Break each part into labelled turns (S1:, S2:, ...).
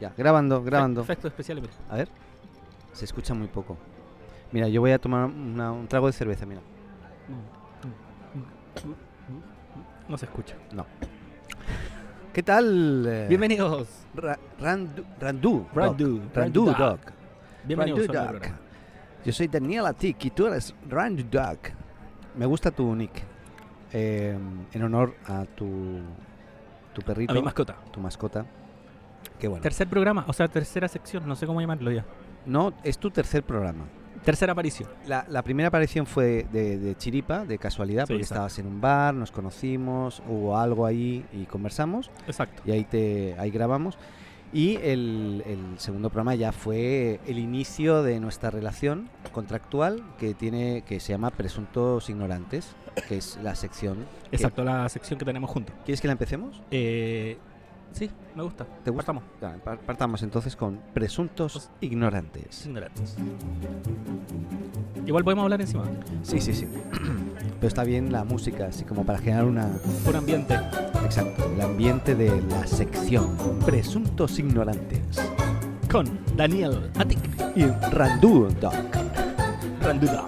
S1: Ya, grabando, grabando.
S2: Efectos especiales, mira.
S1: A ver. Se escucha muy poco. Mira, yo voy a tomar una- un trago de cerveza, mira.
S2: No se escucha.
S1: No. ¿Qué tal? eh,
S2: Bienvenidos.
S1: Ra- Randu. Randu. Doc?
S2: Randu,
S1: Randu
S2: Randu
S1: Doc.
S2: Doc. Bienvenidos
S1: Randu
S2: a
S1: Doc.
S2: otro programa.
S1: Yo soy Daniela Tick y tú eres Randu Doc. Me gusta tu nick. Eh, en honor a tu, tu perrito,
S2: A mi mascota.
S1: tu mascota. Qué bueno.
S2: Tercer programa, o sea, tercera sección, no sé cómo llamarlo ya.
S1: no, es tu tercer programa.
S2: Tercera aparición.
S1: La, la primera aparición fue de, de Chiripa, de casualidad,
S2: Sí,
S1: porque
S2: exacto.
S1: estabas en un bar, nos conocimos, hubo algo ahí y conversamos,
S2: Exacto.
S1: y ahí, te, ahí grabamos. Y el, el segundo programa ya fue el inicio de nuestra relación contractual que tiene que se llama Presuntos Ignorantes, que es la sección. que-
S2: Exacto, la sección que tenemos juntos.
S1: ¿Quieres que la empecemos?
S2: Eh, sí, me gusta.
S1: ¿Te gusta?
S2: Partamos. Pues
S1: Ya, par- Partamos entonces con Presuntos Ignorantes.
S2: Sin adelantos. Igual podemos hablar encima.
S1: Sí, sí, sí. Pero está bien la música, así como para generar una,
S2: Por ambiente.
S1: Exacto, el ambiente de la sección Presuntos Ignorantes
S2: Con Daniel Atik.
S1: y Randu Doc.
S2: Randuda.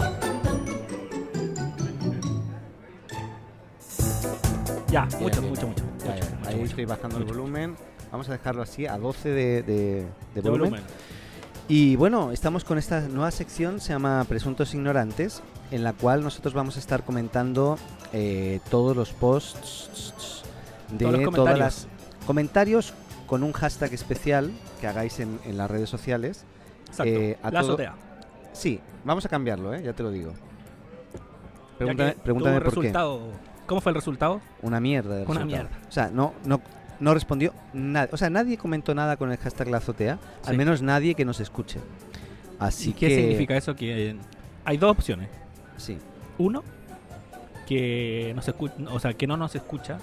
S2: Ya, mucho,
S1: bien.
S2: mucho, mucho. mucho, mucho,
S1: Ahí
S2: mucho.
S1: estoy bajando el
S2: mucho.
S1: volumen. Vamos a dejarlo así, a 12 de, de- de
S2: De
S1: volumen.
S2: volumen.
S1: Y bueno, estamos con esta nueva sección, se llama Presuntos Ignorantes, en la cual nosotros vamos a estar comentando eh, todos los posts de
S2: Todos los
S1: todas
S2: comentarios.
S1: las comentarios con un hashtag especial que hagáis en, en las redes sociales.
S2: Exacto.
S1: eh, a
S2: la
S1: todo-
S2: azotea.
S1: Sí, vamos a cambiarlo, ¿eh? ya te lo digo.
S2: Ya
S1: Pregúntame,
S2: que
S1: pregúntame
S2: tuvo
S1: por qué.
S2: resultado. ¿Cómo fue el resultado?
S1: Una mierda. de
S2: Una
S1: resultado.
S2: mierda.
S1: O sea, no, no, no respondió nadie. O sea, nadie comentó nada con el hashtag la azotea. Al
S2: Sí.
S1: menos nadie que nos escuche. Así
S2: ¿Y qué
S1: que-
S2: significa eso? Que eh, hay dos opciones.
S1: Sí,
S2: Uno, que no se escu- o sea, que no nos escucha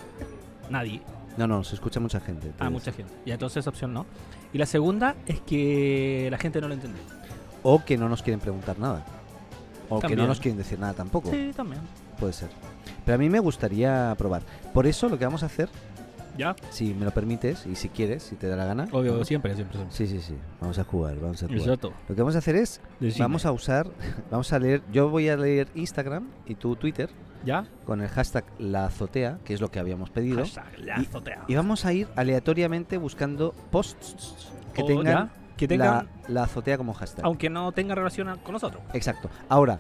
S2: nadie,
S1: no, no, se escucha mucha gente. pues.
S2: a
S1: entonces.
S2: Ah, mucha gente. Y entonces esa opción no. Y la segunda es que la gente no lo entiende.
S1: O que no nos quieren preguntar nada. O que
S2: También.
S1: no nos quieren decir nada tampoco.
S2: Sí, también.
S1: Puede ser. Pero a mí me gustaría probar. Por eso lo que vamos a hacer,
S2: Ya,
S1: si me lo permites y si quieres, si te da la gana.
S2: obvio,
S1: vamos-
S2: siempre, siempre. siempre.
S1: Sí, sí, sí. Vamos a jugar, vamos a jugar.
S2: Exacto.
S1: Lo que vamos a hacer es
S2: Decime.
S1: Vamos a usar, vamos a leer, yo voy a leer Instagram y tú Twitter
S2: ¿Ya?
S1: con el hashtag la azotea, que es lo que habíamos pedido.
S2: Hashtag la
S1: Y-
S2: azotea.
S1: Y vamos a ir aleatoriamente buscando posts que
S2: O
S1: tengan,
S2: Oh, ya, que tengan
S1: la, la azotea como hashtag.
S2: aunque no tenga relación a- con nosotros.
S1: Exacto. Ahora,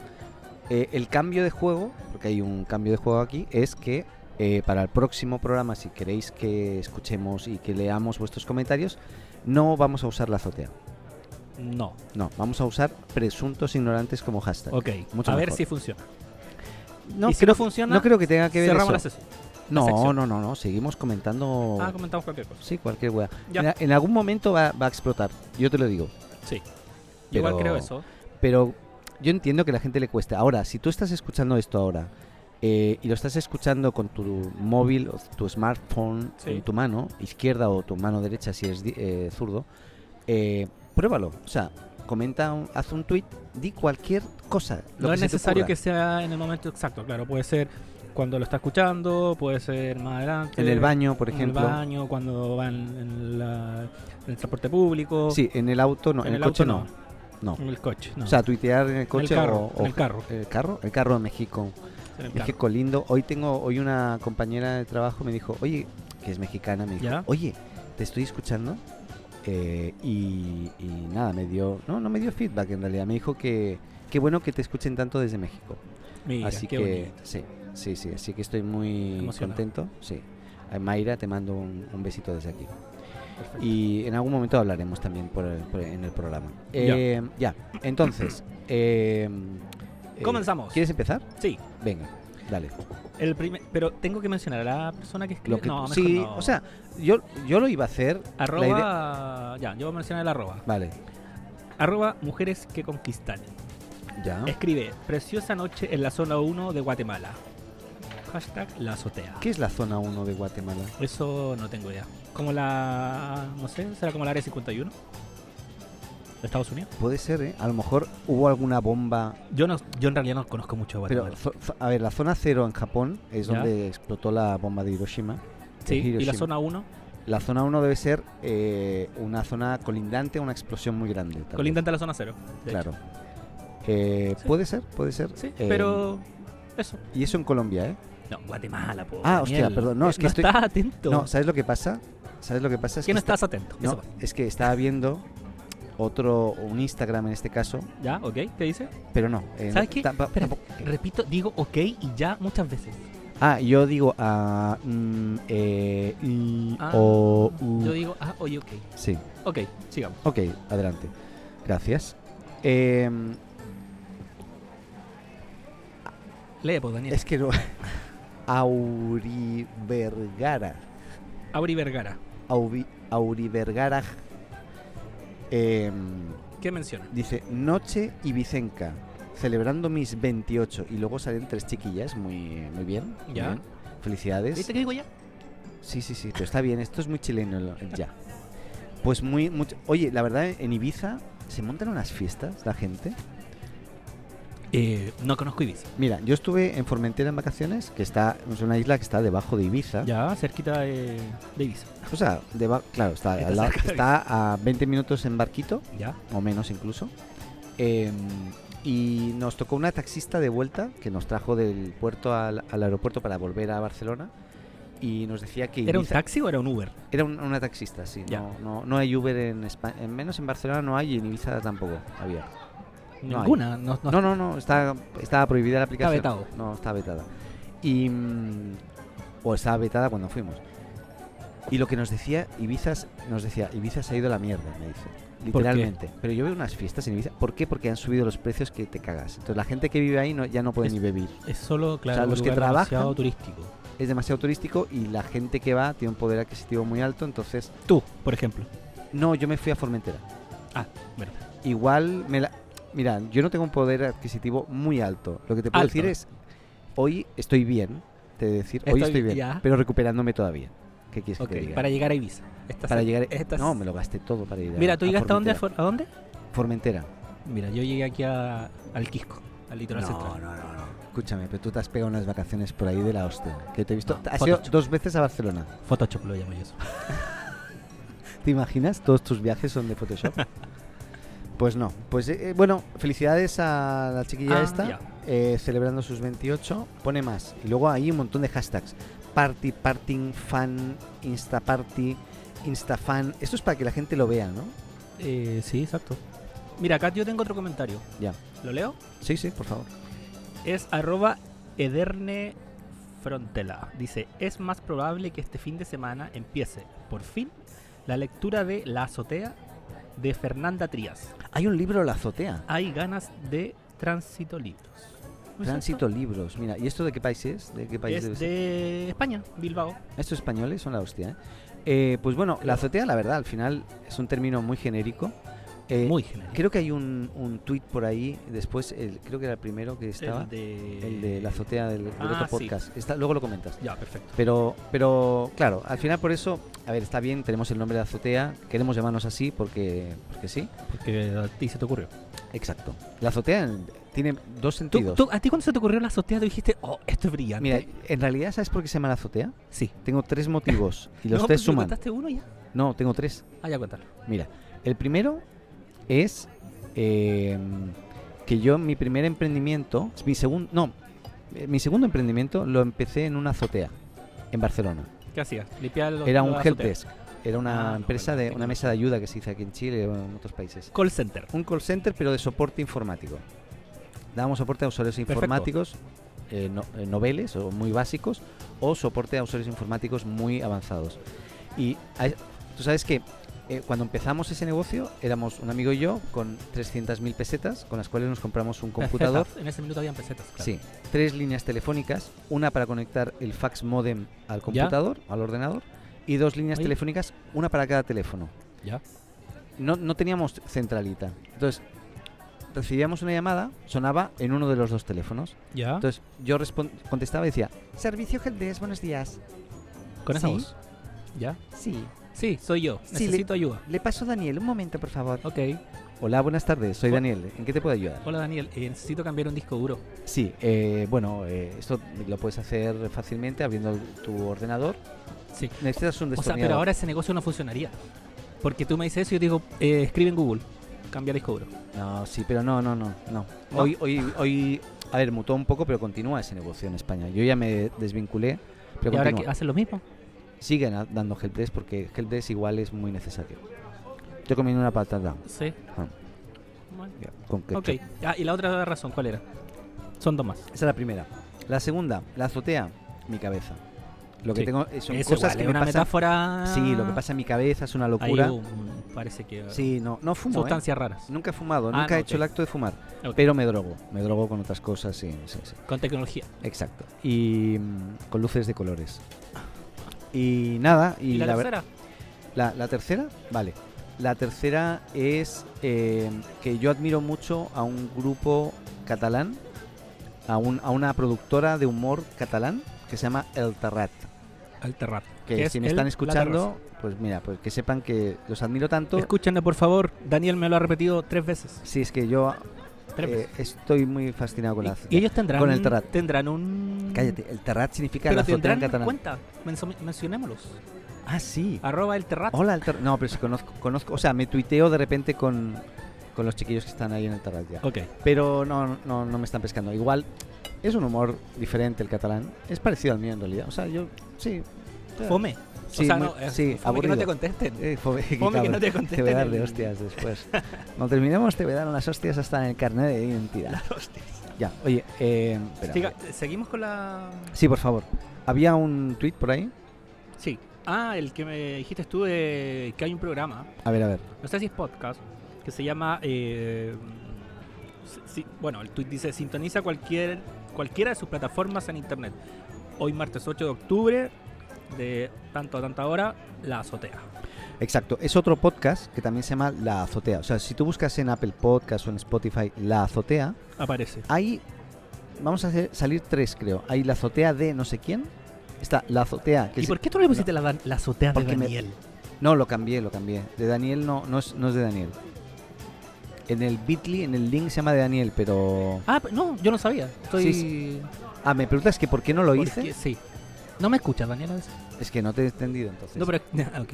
S1: eh, el cambio de juego, porque hay un cambio de juego aquí, es que eh, para el próximo programa, si queréis que escuchemos y que leamos vuestros comentarios, no vamos a usar la azotea.
S2: No.
S1: No, vamos a usar presuntos ignorantes como hashtag.
S2: Ok.
S1: Mucho
S2: a ver
S1: mejor.
S2: si funciona.
S1: No
S2: y si no funciona,
S1: No creo que tenga que ver eso. Oh.
S2: cerramos la sesión.
S1: No,
S2: sección.
S1: no, no, no. Seguimos comentando.
S2: Ah, comentamos cualquier cosa.
S1: sí, cualquier wea.
S2: Ya.
S1: En, en algún momento va, va a explotar. Yo te lo digo.
S2: Sí. Igual
S1: Pero-
S2: creo eso.
S1: Pero yo entiendo que a la gente le cueste. Ahora, si tú estás escuchando esto ahora eh, y lo estás escuchando con tu móvil o tu smartphone
S2: Sí.
S1: en tu mano izquierda o tu mano derecha si es zurdo, eh, pruébalo. O sea, comenta, un- haz un tweet, di cualquier cosa. lo
S2: No
S1: que
S2: es
S1: se te
S2: necesario
S1: ocurra.
S2: que sea en el momento exacto, claro. Puede ser cuando lo está escuchando, puede ser más adelante.
S1: En el baño, por
S2: En
S1: ejemplo.
S2: el baño, cuando van en, la- en el transporte público.
S1: Sí, en el auto no. En, el, coche
S2: auto
S1: no. no.
S2: En el coche, Mm, no.
S1: O sea, tuitear en el
S2: en el
S1: coche
S2: carro.
S1: o, o-
S2: en el carro.
S1: el carro, el carro de México,
S2: en el carro.
S1: México lindo. Hoy tengo, hoy una compañera de trabajo me dijo, oye, que es mexicana, me dijo,
S2: ¿Ya?
S1: oye, te estoy escuchando eh, y, y nada, me dio, no, no me dio feedback en realidad, me dijo que qué bueno que te escuchen tanto desde México,
S2: Mira,
S1: así
S2: qué
S1: que
S2: bonito.
S1: sí, sí, sí, así que estoy muy
S2: Emocionado.
S1: contento, sí. A Mayra te mando un, un besito desde aquí. Y en algún momento hablaremos también por el- por- en el programa.
S2: Ya.
S1: Eh, ya. entonces. eh, eh,
S2: Comenzamos. Eh,
S1: ¿Quieres empezar?
S2: Sí.
S1: Venga, dale.
S2: El primer, pero tengo que mencionar a la persona que escribe.
S1: Lo que,
S2: no, mejor
S1: sí,
S2: no.
S1: o sea, yo, yo lo iba a hacer. la idea-
S2: Arroba. Ya, yo voy a mencionar el arroba.
S1: Vale,
S2: Arroba mujeres que conquistan.
S1: ya.
S2: Escribe, preciosa noche en la zona 1 de Guatemala. Hashtag la azotea.
S1: ¿Qué es la zona 1 de Guatemala?
S2: Eso no tengo idea. Como la. No sé, será como el área 51 de Estados Unidos.
S1: Puede ser, ¿eh? A lo mejor hubo alguna bomba.
S2: Yo no, yo en realidad no conozco mucho
S1: Pero,
S2: Guatemala.
S1: zo- zo- a ver, la zona 0 en Japón es
S2: Ya.
S1: donde explotó la bomba de Hiroshima. de
S2: sí, y la
S1: Hiroshima.
S2: zona 1.
S1: La zona 1 debe ser eh, una zona colindante a una explosión muy grande. tal vez.
S2: Colindante a la zona cero. de
S1: Claro. Eh,
S2: Sí.
S1: Puede ser, puede ser.
S2: hecho. Sí,
S1: Eh,
S2: pero. Eso.
S1: Y eso en Colombia, ¿eh?
S2: No, Guatemala, po.
S1: Ah, hostia,
S2: Daniel.
S1: perdón, no, es que estoy-
S2: estás atento.
S1: No, ¿sabes lo que pasa? ¿Sabes lo que pasa? Es
S2: ¿Qué no
S1: está-
S2: estás atento?
S1: no,
S2: Eso pasa.
S1: es que estaba viendo otro, un Instagram en este caso,
S2: ¿Ya? ¿Ok? ¿Qué dice?
S1: pero no. eh,
S2: ¿Sabes
S1: no,
S2: qué?
S1: tampa-
S2: Espérate,
S1: tampoco-
S2: repito, digo ok y ya muchas veces.
S1: Ah, yo digo ah, mm, eh, y,
S2: Ah,
S1: o, u-
S2: Yo digo, ah, oye, ok.
S1: Sí,
S2: Ok, sigamos.
S1: ok, adelante. Gracias. Eh,
S2: Lee, pues, Daniel.
S1: es que no... Auri Vergara.
S2: Auri Vergara.
S1: Aubi- Auri Vergara. em,
S2: ¿Qué menciona?
S1: Dice, Noche y Vicenca, celebrando mis 28. Y luego salen tres chiquillas, muy, muy bien. muy
S2: Ya.
S1: bien. Felicidades.
S2: ¿Viste qué digo ya?
S1: Sí, sí, sí, pero está bien, esto es muy chileno lo- ya. Pues muy, mucho- Oye, la verdad, en Ibiza se montan unas fiestas la gente.
S2: Eh, no conozco Ibiza.
S1: Mira, yo estuve en Formentera en vacaciones, que está es una isla que está debajo de Ibiza.
S2: Ya, cerquita de, de Ibiza.
S1: O sea, deba- claro, está,
S2: Está
S1: al lado-
S2: cerca de
S1: está a 20 minutos en barquito.
S2: Ya.
S1: o menos incluso. Em, y nos tocó una taxista de vuelta que nos trajo del puerto al, al aeropuerto para volver a Barcelona y nos decía que
S2: ¿Era un
S1: Ibiza-
S2: taxi o era un Uber?
S1: era un- una taxista, sí.
S2: Ya.
S1: No, no, no hay Uber en España, menos en Barcelona no hay y en Ibiza tampoco había. No hay.
S2: Ninguna. No, no-
S1: No, no, no, está, estaba prohibida la aplicación.
S2: vetado.
S1: No, está vetada. Y, mm, o estaba vetada cuando fuimos. Y lo que nos decía Ibiza, s- nos decía, Ibiza se ha ido a la mierda, me dice.
S2: ¿Por qué?
S1: Literalmente. Pero yo veo unas fiestas en Ibiza. ¿Por qué? Porque han subido los precios que te cagas. Entonces la gente que vive ahí no, ya no puede
S2: Es-
S1: ni beber.
S2: Es solo, claro,
S1: O sea,
S2: un
S1: los que
S2: lugar
S1: trabajan-
S2: demasiado turístico.
S1: Es demasiado turístico y la gente que va tiene un poder adquisitivo muy alto. Entonces,
S2: Tú, por ejemplo.
S1: no, yo me fui a Formentera.
S2: Ah, bueno.
S1: Igual me la... Mira, yo no tengo un poder adquisitivo muy alto. Lo que te puedo
S2: Alto.
S1: decir es, hoy estoy bien, te he de decir, hoy
S2: Estoy-
S1: estoy bien,
S2: ya.
S1: pero recuperándome todavía. ¿Qué quieres
S2: Ok,
S1: que te diga?
S2: para llegar a Ibiza. Esta
S1: Para
S2: se-
S1: llegar...
S2: esta
S1: No,
S2: se-
S1: me lo gasté todo para llegar
S2: Mira, ¿tú llegaste a dónde? ¿A
S1: Formentera.
S2: For- a dónde?
S1: Formentera.
S2: Mira, yo llegué aquí a- al Quisco, al litoral central.
S1: no, no, no. Escúchame, pero tú te has pegado unas vacaciones por ahí de la hostia. Que te he visto...
S2: No,
S1: has ido
S2: Photoshop.
S1: dos veces a Barcelona.
S2: Photoshop lo llamo yo eso.
S1: ¿Te imaginas? Todos tus viajes son de Photoshop. pues no. Pues eh, eh, bueno, felicidades a la chiquilla
S2: Ah,
S1: esta,
S2: ya.
S1: eh, celebrando sus 28. Pone más. Y luego hay un montón de hashtags. Party, parting, fan, instaparty, instafan. Esto es para que la gente lo vea, ¿no?
S2: Eh, sí, exacto. Mira, acá yo tengo otro comentario.
S1: Ya.
S2: ¿Lo leo?
S1: Sí, sí, por favor.
S2: Es arroba Ederne Frontela. Dice, es más probable que este fin de semana empiece, por fin, la lectura de La azotea de Fernanda Trías.
S1: Hay un libro, La Azotea.
S2: Hay ganas de tránsito libros. ¿No es
S1: Tránsito Libros. Mira, ¿y esto de qué país es? ¿De qué
S2: esto?
S1: país debe
S2: Es
S1: ser?
S2: de España, Bilbao.
S1: Estos españoles son la hostia, ¿eh? Eh, Pues bueno, la azotea, la verdad, al final es un término muy genérico. Eh,
S2: Muy genial.
S1: Creo que hay un, un tuit por ahí, después, el, creo que era el primero que estaba, el de,
S2: de...
S1: la azotea del, del
S2: Ah,
S1: otro
S2: sí.
S1: podcast. Está, luego lo comentas.
S2: Ya, perfecto.
S1: Pero, pero, claro, al final por eso, a ver, está bien, tenemos el nombre de azotea, queremos llamarnos así porque, porque sí.
S2: Porque a ti se te ocurrió.
S1: Exacto. La azotea en- tiene dos
S2: ¿Tú-
S1: sentidos.
S2: tú- ¿A ti cuando se te ocurrió la azotea tú dijiste, oh, esto es brillante?
S1: Mira, en realidad, ¿sabes por qué se llama la azotea?
S2: sí.
S1: Tengo tres motivos y los
S2: No,
S1: tres
S2: pues, ¿me
S1: suman.
S2: contaste uno ya?
S1: No, tengo tres.
S2: Ah, ya cuéntalo.
S1: Mira, el primero es eh, que yo mi primer emprendimiento, mi segundo, no, eh, mi segundo emprendimiento lo empecé en una azotea en Barcelona.
S2: ¿Qué hacías? Limpiar los
S1: Era
S2: los
S1: un
S2: azoteas.
S1: helpdesk, era
S2: Ah,
S1: una
S2: no,
S1: empresa
S2: bueno,
S1: de una mesa de ayuda que se hizo aquí en Chile o en otros países.
S2: Call center.
S1: Un call center pero de soporte informático. Dábamos soporte a usuarios informáticos eh, no- eh, noveles o muy básicos o soporte a usuarios informáticos muy avanzados. Y a- tú sabes que eh, cuando empezamos ese negocio éramos un amigo y yo con 300.000 pesetas con las cuales nos compramos un computador,
S2: Pesetas. En ese minuto habían pesetas. claro.
S1: sí, tres líneas telefónicas, una para conectar el fax modem al computador, al ordenador, y dos líneas
S2: Oye.
S1: telefónicas, una para cada teléfono
S2: Ya.
S1: no, no teníamos centralita. Entonces, recibíamos una llamada, sonaba en uno de los dos teléfonos.
S2: Ya.
S1: Entonces, yo respon- contestaba y decía, Servicio Helpdesk, buenos días.
S2: Con esa
S1: sí.
S2: voz. Ya.
S1: Sí.
S2: Sí, soy yo.
S1: Sí,
S2: Necesito ayuda.
S1: Le paso a Daniel, un momento, por favor.
S2: Ok.
S1: Hola, buenas tardes, soy
S2: Hola.
S1: Daniel. ¿En qué te puedo ayudar?
S2: Hola Daniel, eh, necesito cambiar un disco duro.
S1: Sí, eh, bueno, eh, esto lo puedes hacer fácilmente abriendo el- tu ordenador.
S2: Sí.
S1: Necesitas un
S2: O sea,
S1: destornillador.
S2: pero ahora ese negocio no funcionaría. Porque tú me dices eso y yo digo, eh, escribe en Google, cambia disco duro.
S1: No, sí, pero no, no, no, no.
S2: No.
S1: Hoy, hoy, hoy, a ver, mutó un poco, pero continúa ese negocio en España. Yo ya me desvinculé, pero
S2: y ahora que
S1: continúa.
S2: hacen lo mismo.
S1: Siguen a- dando helpdesk porque helpdesk igual es muy necesario. Estoy comiendo una patata.
S2: Sí.
S1: Ah,
S2: Bueno.
S1: ya, con ketchup.
S2: Ok, Ah, y la otra razón, ¿cuál era? Son dos más.
S1: Esa es la primera. La segunda, la azotea, mi cabeza. Lo que
S2: Sí.
S1: tengo eh, son
S2: Eso
S1: cosas
S2: igual,
S1: que
S2: es
S1: me
S2: una
S1: pasan.
S2: metáfora.
S1: Sí, lo que pasa en mi cabeza es una
S2: Ahí
S1: locura.
S2: un- parece que.
S1: Sí, no, no fumo. ¿eh?
S2: sustancias raras.
S1: Nunca he fumado,
S2: Ah,
S1: nunca
S2: no,
S1: he hecho
S2: ok.
S1: el acto de fumar,
S2: Ok.
S1: pero me drogo, me drogo con otras cosas, sí, sí, sí.
S2: Con tecnología.
S1: Exacto. Y mm, con luces de colores. Y nada, y,
S2: ¿Y, la,
S1: la, ver-
S2: tercera?
S1: la- la tercera, vale. La tercera es eh, que yo admiro mucho a un grupo catalán, a, un- a una productora de humor catalán que se llama El Terrat.
S2: Alterrar.
S1: Que si me están escuchando, pues mira, pues que sepan que los admiro tanto.
S2: Escúchenme, por favor. Daniel me lo ha repetido tres veces.
S1: Sí, es que yo
S2: Tres
S1: eh,
S2: veces.
S1: estoy muy fascinado con la
S2: pues. Y, y ellos tendrán,
S1: con el Terrat.
S2: tendrán un.
S1: Cállate, el terrat significa la
S2: Pero
S1: azotea en
S2: tendrán
S1: catalán.
S2: cuenta. Menso- mencionémoslos.
S1: Ah, sí.
S2: Arroba el terrat.
S1: Hola, el Terrat. No, pero sí conozco, conozco. O sea, me tuiteo de repente con, con los chiquillos que están ahí en el terrat ya.
S2: Ok.
S1: Pero no, no, no me están pescando. Igual es un humor diferente el catalán. Es parecido al mío en realidad. O sea, yo sí.
S2: Fome.
S1: Sí,
S2: o sea,
S1: muy-
S2: no, eh,
S1: sí,
S2: fome
S1: aburrido.
S2: que no te contesten.
S1: Eh, fome, qué
S2: Fome que
S1: cabrón.
S2: no te
S1: Te
S2: contesten.
S1: voy a dar de
S2: el-
S1: hostias después. Cuando terminemos te voy a dar unas hostias hasta en el carnet de identidad.
S2: Las hostias.
S1: Ya, oye, eh, espera.
S2: Siga, seguimos con la.
S1: Sí, por favor. Había un tweet por ahí.
S2: Sí. Ah, el que me dijiste tú de que hay un programa,
S1: A ver, a ver.
S2: no sé si es podcast, que se llama. eh, si- si- bueno, el tweet dice: sintoniza cualquier, cualquiera de sus plataformas en internet. Hoy, martes 8 de octubre, de tanto a tanta hora, la azotea.
S1: Exacto, es otro podcast que también se llama La Azotea. O sea, si tú buscas en Apple Podcast o en Spotify La Azotea,
S2: Aparece.
S1: hay, vamos a hacer- salir tres creo. Hay La Azotea de no sé quién. Está La Azotea, que
S2: ¿Y
S1: es-
S2: por qué tú le pusiste la, dan- la azotea de
S1: Porque me-
S2: Daniel?
S1: no, lo cambié, lo cambié. De Daniel no, no, es, no es de Daniel. En el Bitly, en el link se llama de Daniel, pero...
S2: Ah, pero no, yo no sabía. Estoy...
S1: Sí, sí. Ah, me preguntas que por qué no lo
S2: ¿Por
S1: hice.
S2: qué? Sí. ¿No me escuchas, Daniel? a veces?
S1: Es que no te he entendido entonces.
S2: No, pero. ah, ok.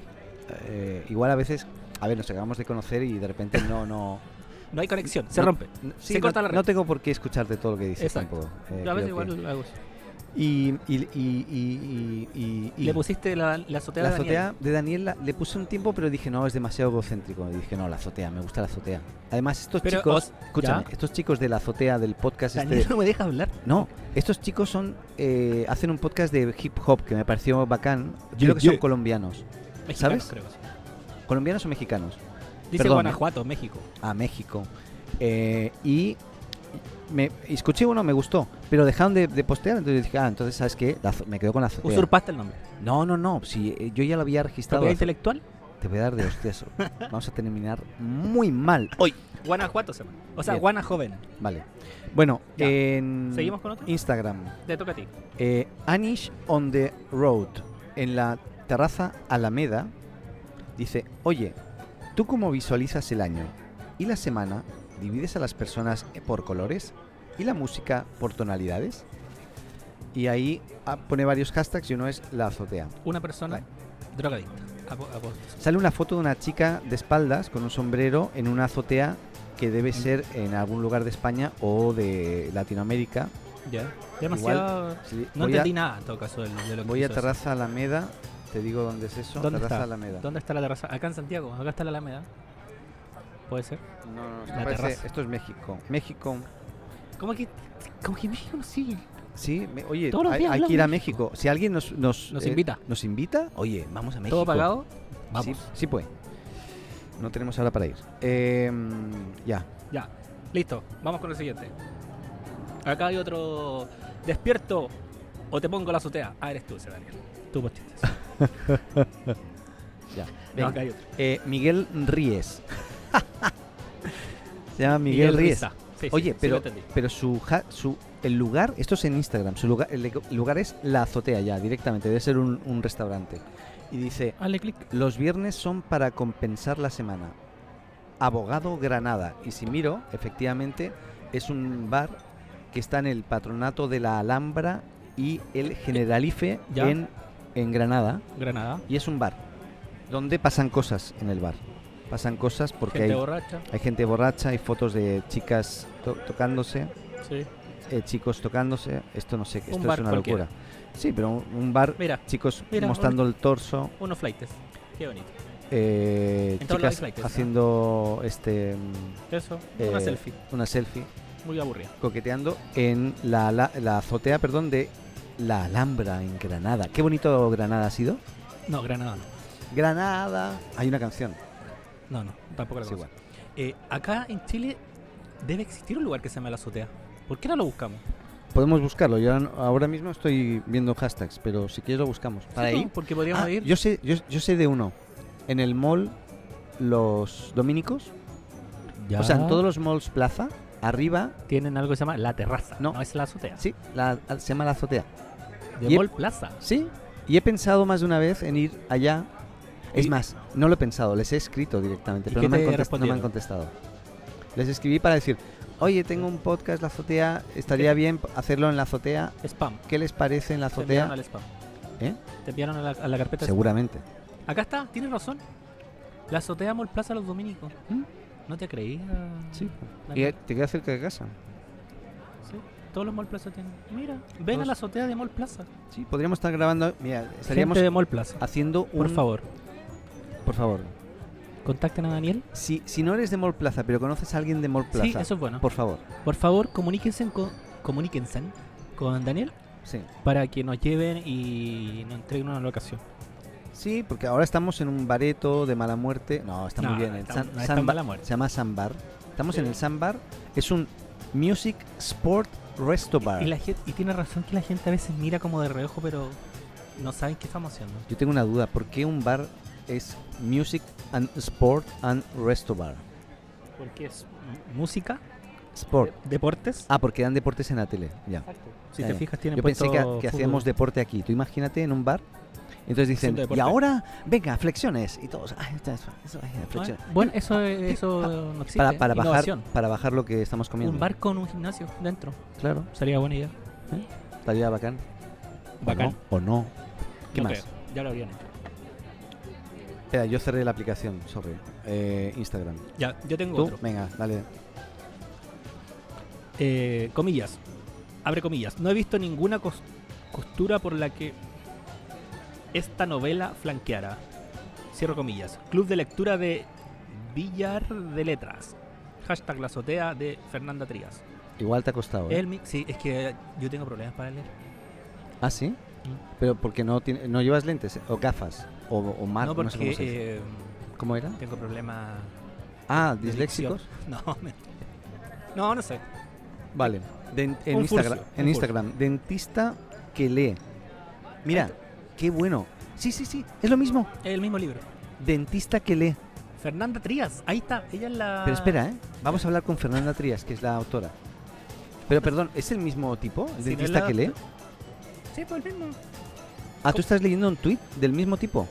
S1: Eh, igual a veces, a ver, nos acabamos de conocer y de repente no, no...
S2: No hay conexión, se
S1: No- Eh,
S2: rompe.
S1: no-
S2: Se
S1: no-
S2: corta la red.
S1: No tengo por qué escucharte todo lo que dices
S2: Exacto.
S1: tampoco. eh,
S2: Yo a veces
S1: creo que-
S2: igual lo hago. así.
S1: Y, y- y- y- y- y- y-
S2: Le pusiste la, la azotea
S1: la
S2: de Daniel.
S1: azotea de Daniel la- le puse un tiempo, pero dije, no, es demasiado egocéntrico. Y dije, no, la azotea, me gusta la azotea. Además, estos
S2: Pero
S1: chicos,
S2: os-
S1: escúchame,
S2: ¿ya?
S1: estos chicos de la azotea del podcast
S2: Daniel
S1: este.
S2: no me deja hablar.
S1: No, estos chicos son eh, hacen un podcast de hip hop que me pareció bacán. Yo
S2: Yeah,
S1: creo que
S2: yeah.
S1: son colombianos.
S2: Mexicano,
S1: ¿Sabes?
S2: creo que sí.
S1: ¿Colombianos o mexicanos?
S2: Dice
S1: Perdón, ¿eh?
S2: Guanajuato, México.
S1: a México. Eh, y me escuché uno, me gustó, pero dejaron de, de postear, entonces dije, ah, entonces sabes qué, La azo- me quedo con la azotea.
S2: Usurpaste el nombre.
S1: No, no, no, si eh, yo ya lo había registrado.
S2: ¿Propiedad intelectual?
S1: Te voy a dar de hostias. Vamos a terminar muy mal.
S2: Guanajuato se llama. O sea,
S1: Bien. Mm.
S2: Guanajoven.
S1: Vale. Bueno,
S2: Ya.
S1: en
S2: ¿Seguimos con otro?
S1: Instagram.
S2: Te toca a ti.
S1: eh, Anish on the road. En la terraza Alameda. Dice, oye, ¿tú cómo visualizas el año? ¿Y la semana? ¿Divides a las personas por colores? ¿Y la música por tonalidades? Y ahí ah, pone varios hashtags y uno es la azotea.
S2: Una persona drogadicta. Apo- apo-
S1: Sale una foto de una chica de espaldas con un sombrero en una azotea que
S2: Mm.
S1: debe ser en algún lugar de España o de Latinoamérica.
S2: Ya. Demasiado.
S1: Sí,
S2: No
S1: voy a,
S2: entendí nada en todo caso de lo, de lo que
S1: voy a
S2: hizo eso.
S1: Terraza Alameda, te digo dónde es eso.
S2: ¿Dónde
S1: terraza
S2: está?
S1: Alameda.
S2: ¿Dónde está la terraza? Acá en Santiago. Acá está la Alameda. Puede ser.
S1: No, no, no, esto,
S2: La
S1: parece-
S2: terraza.
S1: esto es México. México.
S2: ¿Cómo que, cómo que México nos sigue?
S1: Sí, me- oye,
S2: Todos los
S1: hay,
S2: días
S1: hay que
S2: hablamos
S1: ir a
S2: de
S1: México.
S2: México.
S1: Si alguien nos, nos, eh,
S2: Nos invita.
S1: ¿Nos invita? Oye, vamos a México.
S2: ¿Todo pagado?
S1: Sí,
S2: Vamos.
S1: sí puede. No tenemos ahora para ir. Eh, ya.
S2: Ya, listo, vamos con el siguiente. Acá hay otro. Despierto o te pongo la azotea. Ah, eres tú, ese Daniel. Tú posteaste. eso.
S1: ya.
S2: No,
S1: Venga.
S2: acá hay otro.
S1: Eh, Miguel Ríes. Se llama Miguel, Ríes.
S2: Riza. Sí, sí, sí,
S1: Oye,
S2: lo
S1: pero,
S2: entendí.
S1: pero su, ja- su el lugar, esto es en Instagram, su lugar, el eco- lugar es la azotea ya, directamente, debe ser un, un restaurante. Y dice,
S2: Hazle clic.
S1: los viernes son para compensar la semana. Abogado Granada. Y si miro, efectivamente, es un bar que está en el patronato de la Alhambra y el Generalife
S2: Ya.
S1: en, en Granada.
S2: Granada.
S1: Y es un bar donde pasan cosas en el bar. Pasan cosas porque
S2: Gente
S1: hay,
S2: borracha.
S1: hay gente borracha, hay fotos de chicas to- tocándose,
S2: Sí.
S1: eh, chicos tocándose. Esto no sé,
S2: Un
S1: esto es
S2: bar
S1: una
S2: cualquiera.
S1: locura. Sí, pero un, un bar,
S2: Mira,
S1: chicos
S2: Mira,
S1: mostrando el torso,
S2: unos flightes. Qué bonito.
S1: eh,
S2: En todos
S1: chicas
S2: lados hay flights, ¿no?
S1: haciendo este mm,
S2: Eso,
S1: Eh,
S2: una selfie.
S1: una selfie,
S2: Muy aburrida.
S1: coqueteando en la, la- la azotea, perdón, de la Alhambra en Granada. Qué bonito Granada ha sido.
S2: No, Granada no.
S1: Granada. Hay una canción.
S2: No, no, tampoco la
S1: Es
S2: conozco.
S1: igual.
S2: Eh, acá en Chile debe existir un lugar que se llame la azotea. ¿Por qué no lo buscamos?
S1: Podemos buscarlo. Yo ahora- ahora mismo estoy viendo hashtags, pero si quieres lo buscamos. Para
S2: Sí,
S1: ahí.
S2: ¿no? Porque podríamos
S1: Ah,
S2: ir.
S1: Yo sé, yo, yo sé de uno. En el mall, los dominicos. O sea, en todos los malls plaza, arriba,
S2: tienen algo que se llama la terraza. No,
S1: No.
S2: es la azotea.
S1: sí, la, se llama la azotea.
S2: De
S1: Yep.
S2: Mall Plaza.
S1: Sí. Y he pensado más de una vez en ir allá. Es
S2: Y-
S1: más, no lo he pensado, les he escrito directamente,
S2: ¿Y
S1: pero
S2: qué
S1: no me, han
S2: te
S1: contest- no me han contestado. Les escribí para decir, oye, tengo un podcast, la azotea, estaría bien hacerlo en la azotea.
S2: Spam.
S1: ¿Qué les parece en la
S2: Te enviaron
S1: azotea?
S2: al spam.
S1: ¿Eh?
S2: Te enviaron a la, a la carpeta. spam.
S1: Seguramente.
S2: Acá está, tienes razón. La azotea Mall Plaza los dominicos.
S1: ¿Mm?
S2: ¿No te creía?
S1: Sí.
S2: Dani?
S1: Y eh, te queda cerca de casa.
S2: Sí, Todos los Mall Plaza tienen. Mira, ven a
S1: Todos-
S2: la azotea de Mall Plaza.
S1: Sí, podríamos estar grabando. Mira, estaríamos
S2: Gente de Mall Plaza.
S1: haciendo un.
S2: Por favor,
S1: Por favor.
S2: contacten a Daniel.
S1: Si, si no eres de Mall Plaza, pero conoces a alguien de Mall Plaza,
S2: Sí, eso es bueno.
S1: por favor.
S2: Por favor, comuníquense con, comuníquense con Daniel
S1: Sí.
S2: para que nos lleven y nos entreguen una locación.
S1: Sí, porque ahora estamos en un bareto de mala muerte. No, está
S2: No,
S1: muy bien.
S2: no
S1: el
S2: está-
S1: San-
S2: no está
S1: San
S2: en
S1: Ba-
S2: mala muerte.
S1: Se llama Sambar. Estamos en el Sambar. Es un Music Sport Resto Bar.
S2: Y, la gente, y tiene razón que la gente a veces mira como de reojo, pero no saben qué estamos haciendo.
S1: Yo tengo una duda. ¿Por qué un bar es Music and Sport and Resto Bar?
S2: Porque es m- música,
S1: Sport.
S2: deportes.
S1: Ah, porque dan deportes en la tele. Ya.
S2: Si
S1: Ya,
S2: te
S1: ya.
S2: fijas, tienen
S1: Yo pensé que,
S2: puesto
S1: que
S2: fútbol.
S1: hacíamos deporte aquí. Tú imagínate en un bar. Entonces dicen,
S2: Haciendo
S1: y
S2: deporte.
S1: ahora, venga, flexiones. Y todos, "Ah, esta es- eso, ay,
S2: Ah,
S1: flexiones".
S2: Bueno, eso, eso
S1: pa-
S2: no existe.
S1: Para, para bajar,
S2: Innovación.
S1: para bajar lo que estamos comiendo.
S2: Un bar con un gimnasio dentro.
S1: Claro,
S2: Sería buena idea.
S1: estaría bacán. ¿O
S2: Bacán.
S1: no? ¿O no? ¿Qué
S2: No
S1: más?
S2: creo, Ya lo habrían hecho.
S1: Espera, yo cerré la aplicación, sorry. Eh, Instagram.
S2: Ya, yo tengo
S1: ¿Tú?
S2: otro.
S1: Venga, dale.
S2: eh, comillas, abre comillas, no he visto ninguna cos- costura por la que esta novela flanqueara. Cierro comillas. Club de lectura de Villar de Letras. Hashtag la azotea de Fernanda Trías.
S1: Igual te ha costado. ¿eh?
S2: El mi- sí, es que yo tengo problemas para leer.
S1: ¿Ah, sí?
S2: Mm.
S1: Pero porque no, tiene- no llevas lentes, eh, o gafas, o, o mar-
S2: no,
S1: no
S2: porque
S1: sé cómo, se dice.
S2: eh,
S1: ¿Cómo era?
S2: tengo problemas.
S1: Ah,
S2: de
S1: disléxicos.
S2: dicción. No, mentira. no, no sé.
S1: Vale. Den- en
S2: Un
S1: Instagram,
S2: furcio,
S1: en
S2: un
S1: Instagram dentista que lee. Mira, qué bueno. Sí, sí, sí, es lo mismo.
S2: El mismo libro.
S1: Dentista que lee.
S2: Fernanda Trías, ahí está. Ella es la.
S1: Pero espera,
S2: Ah.
S1: ¿eh? Vamos a hablar con Fernanda Trías, que es la autora. Pero perdón, ¿es el mismo tipo? ¿El
S2: Si no es
S1: dentista
S2: la-
S1: que lee?
S2: Sí, pues el mismo.
S1: Ah, tú estás leyendo un tuit del mismo tipo,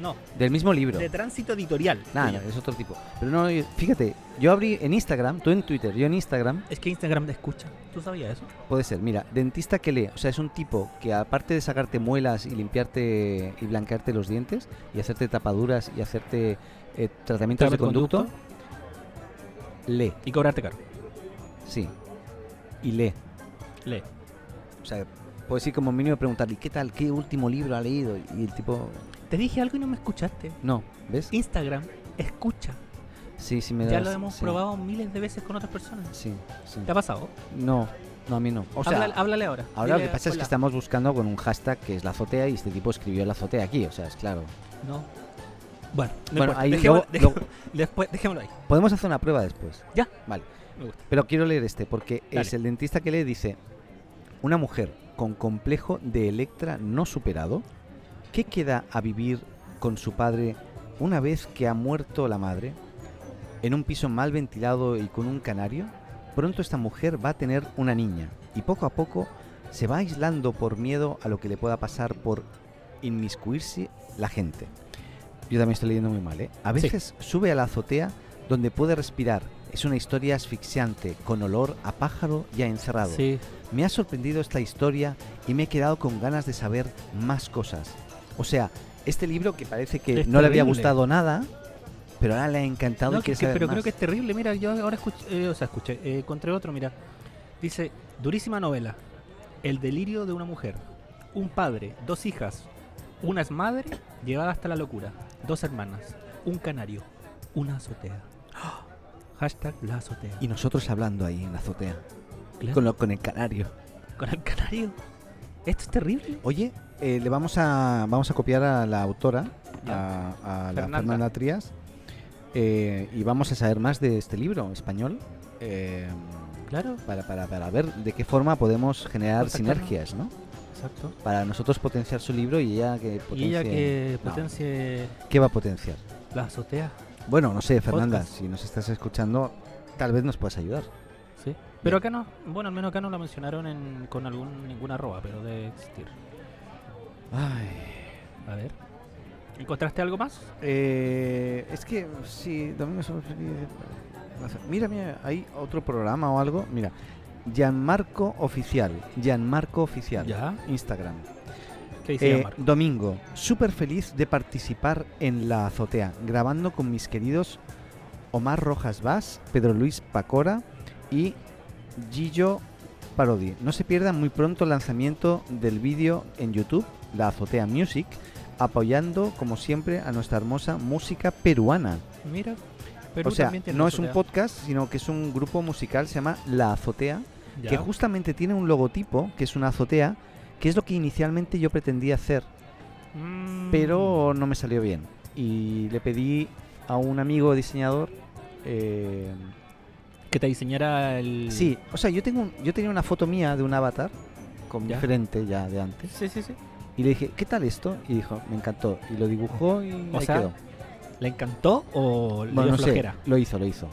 S2: No,
S1: del mismo libro.
S2: de tránsito editorial.
S1: Nada,
S2: Ella.
S1: es otro tipo. Pero no, yo- fíjate, yo abrí en Instagram, tú en Twitter, yo en Instagram,
S2: Es que Instagram te escucha. ¿Tú sabías eso?
S1: puede ser, mira, dentista que lee, o sea, es un tipo que aparte de sacarte muelas y limpiarte y blanquearte los dientes y hacerte tapaduras y hacerte eh, tratamientos de
S2: Tratamiento de
S1: conducto, lee,
S2: Y cobrarte caro.
S1: sí, y lee.
S2: Lee.
S1: O sea, puedes ir como mínimo a preguntarle, ¿qué tal? ¿Qué último libro ha leído? Y el tipo,
S2: Te dije algo y no me escuchaste.
S1: no, ¿ves?
S2: Instagram escucha.
S1: Sí, sí me da
S2: Ya lo hemos probado miles de veces con otras personas.
S1: Sí, sí.
S2: ¿Te ha pasado?
S1: No, no, a mí no. O sea,
S2: háblale, háblale ahora.
S1: Ahora lo
S2: Dile,
S1: que pasa es que
S2: "Hola".
S1: estamos buscando con un hashtag que es la azotea y este tipo escribió la azotea aquí, o sea, es claro.
S2: No. Bueno, no
S1: Bueno,
S2: importa.
S1: ahí
S2: Dejémoslo-
S1: luego-
S2: dejémoslo- después, dejémoslo ahí.
S1: Podemos hacer una prueba después.
S2: Ya.
S1: Vale.
S2: Me gusta.
S1: Pero quiero leer este porque es
S2: Dale.
S1: el dentista que le dice, una mujer con complejo de Electra no superado, ¿qué queda a vivir con su padre una vez que ha muerto la madre? En un piso mal ventilado y con un canario, pronto esta mujer va a tener una niña y poco a poco se va aislando por miedo a lo que le pueda pasar por inmiscuirse la gente. Yo también estoy leyendo muy mal, ¿eh? A
S2: Sí.
S1: veces sube a la azotea donde puede respirar. Es una historia asfixiante, con olor a pájaro ya encerrado.
S2: Sí,
S1: Me ha sorprendido esta historia y me he quedado con ganas de saber más cosas. O sea, este libro que parece que
S2: Es
S1: no le había
S2: terrible.
S1: gustado nada, pero ahora le ha encantado
S2: No,
S1: y
S2: que-
S1: quiere
S2: que-
S1: saber
S2: pero
S1: más.
S2: creo que es terrible. Mira, yo ahora escuché, eh, o sea, escuché, eh, encontré otro, mira. Dice, durísima novela. El delirio de una mujer. Un padre, dos hijas. Una es madre, llevada hasta la locura. Dos hermanas. Un canario. Una azotea. ¡Ah! Hashtag la azotea.
S1: Y nosotros hablando ahí en la azotea,
S2: Claro,
S1: con, lo, con el canario.
S2: con el canario. Esto es terrible.
S1: Oye, eh, le vamos a, vamos a copiar a la autora, a, a la
S2: Fernanda.
S1: Fernanda Trías, eh, y vamos a saber más de este libro español. eh,
S2: Claro,
S1: para, para, para ver de qué forma podemos generar
S2: Contactarnos.
S1: sinergias, ¿no?
S2: exacto.
S1: Para nosotros potenciar su libro y ella que potencie...
S2: Y ella que
S1: No,
S2: potencie
S1: ¿Qué va a potenciar?
S2: la azotea.
S1: Bueno, no sé, Fernanda,
S2: Podcast.
S1: si nos estás escuchando, tal vez nos puedas ayudar.
S2: Sí. Pero acá no, bueno, al menos acá no la mencionaron en- con algún, ninguna arroba, pero debe existir.
S1: Ay.
S2: A ver. ¿Encontraste algo más?
S1: Eh, es que sí, Domingo Sol- no sé. Mira, mira, hay otro programa o algo. Mira, Gianmarco Oficial. Gianmarco Oficial.
S2: Ya.
S1: Instagram.
S2: ¿Qué dice
S1: Eh,
S2: Marco?
S1: domingo, súper feliz de participar en la azotea, grabando con mis queridos Omar Rojas Vaz, Pedro Luis Pacora y Gillo Parodi. No se pierdan muy pronto el lanzamiento del vídeo en YouTube, la azotea Music, apoyando como siempre a nuestra hermosa música peruana.
S2: Mira, Perú
S1: o sea,
S2: también tiene
S1: no
S2: una
S1: es un
S2: azotea.
S1: podcast, sino que es un grupo musical, se llama La Azotea,
S2: Ya.
S1: que justamente tiene un logotipo, que es una azotea, que es lo que inicialmente yo pretendía hacer
S2: Mm.
S1: pero no me salió bien. Y le pedí a un amigo diseñador. eh,
S2: Que te diseñara el...
S1: sí, o sea, yo, tengo un- yo tenía una foto mía de un avatar con mi
S2: Ya.
S1: frente ya de antes.
S2: Sí, sí, sí.
S1: Y le dije, ¿qué tal esto? Y dijo, me encantó. Y lo dibujó y
S2: O
S1: ahí
S2: sea,
S1: quedó.
S2: ¿Le encantó o le
S1: Bueno,
S2: dio
S1: no sé,
S2: flojera?
S1: lo hizo, lo hizo.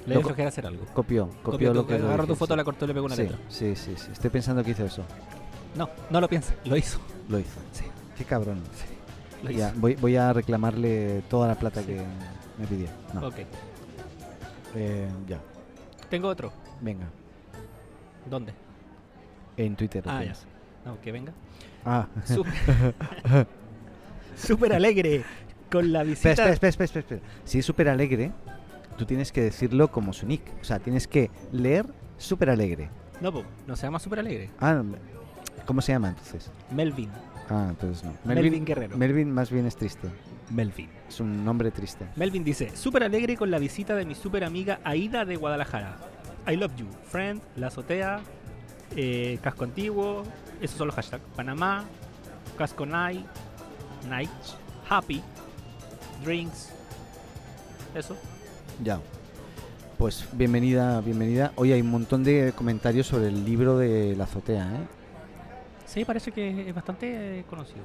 S2: Le
S1: lo
S2: dio
S1: co-
S2: flojera hacer algo.
S1: Copió, copió,
S2: Copió
S1: lo
S2: tu-
S1: que yo
S2: Agarró tu
S1: dije,
S2: foto,
S1: sí.
S2: la cortó y le pegó una
S1: sí,
S2: letra.
S1: sí, sí, sí. Estoy pensando que hizo eso.
S2: No, no lo piensa. Lo hizo.
S1: Lo hizo.
S2: Sí.
S1: Qué cabrón.
S2: Lo
S1: Ya,
S2: hizo.
S1: voy, voy a reclamarle toda la plata
S2: Sí.
S1: que me pidió. No,
S2: Ok.
S1: eh, ya.
S2: Tengo otro.
S1: Venga.
S2: ¿Dónde?
S1: En Twitter. lo
S2: Ah, ya.
S1: tienes.
S2: No, que venga.
S1: Ah.
S2: Súper súper alegre con la visita.
S1: Espera, espera, espera, espera, espera, espera. Si es súper alegre, tú tienes que decirlo como su nick. O sea, tienes que leer súper alegre.
S2: No, po, no se llama súper alegre.
S1: Ah, ¿cómo se llama entonces?
S2: Melvin.
S1: Ah, entonces no.
S2: Melvin Guerrero.
S1: Melvin más bien es triste.
S2: Melvin.
S1: Es un nombre triste.
S2: Melvin dice, súper alegre con la visita de mi súper amiga Aida de Guadalajara. I love you, friend, la azotea, eh, casco antiguo, esos son los hashtags. Panamá, casco night, night, happy, drinks, eso.
S1: Ya. Pues bienvenida, bienvenida. Hoy hay un montón de comentarios sobre el libro de la azotea, ¿eh?
S2: Sí, parece que es bastante eh, conocido.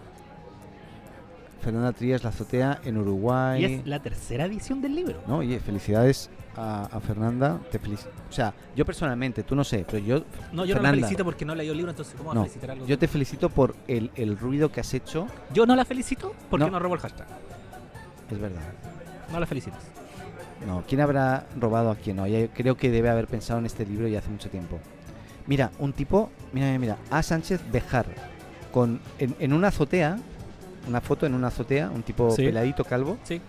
S1: Fernanda Trías, la azotea en Uruguay.
S2: Y es la tercera edición del libro.
S1: No, oye, felicidades a, a Fernanda. Te felici- O sea, yo personalmente, tú no sé, pero yo
S2: No, yo no la
S1: Fernanda.
S2: felicito porque no leí el libro, entonces ¿cómo va
S1: No,
S2: a felicitar algo?
S1: Yo te felicito por el, el ruido que has hecho.
S2: Yo no la felicito porque
S1: No.
S2: no. robo el hashtag.
S1: Es verdad.
S2: No la felicitas.
S1: No, ¿quién habrá robado a quién? No, ya- creo que debe haber pensado en este libro ya hace mucho tiempo. Mira, un tipo, mira, mira, mira, A. Sánchez Bejar, con, en, en una azotea, una foto en una azotea, un tipo
S2: Sí.
S1: peladito, calvo.
S2: Sí.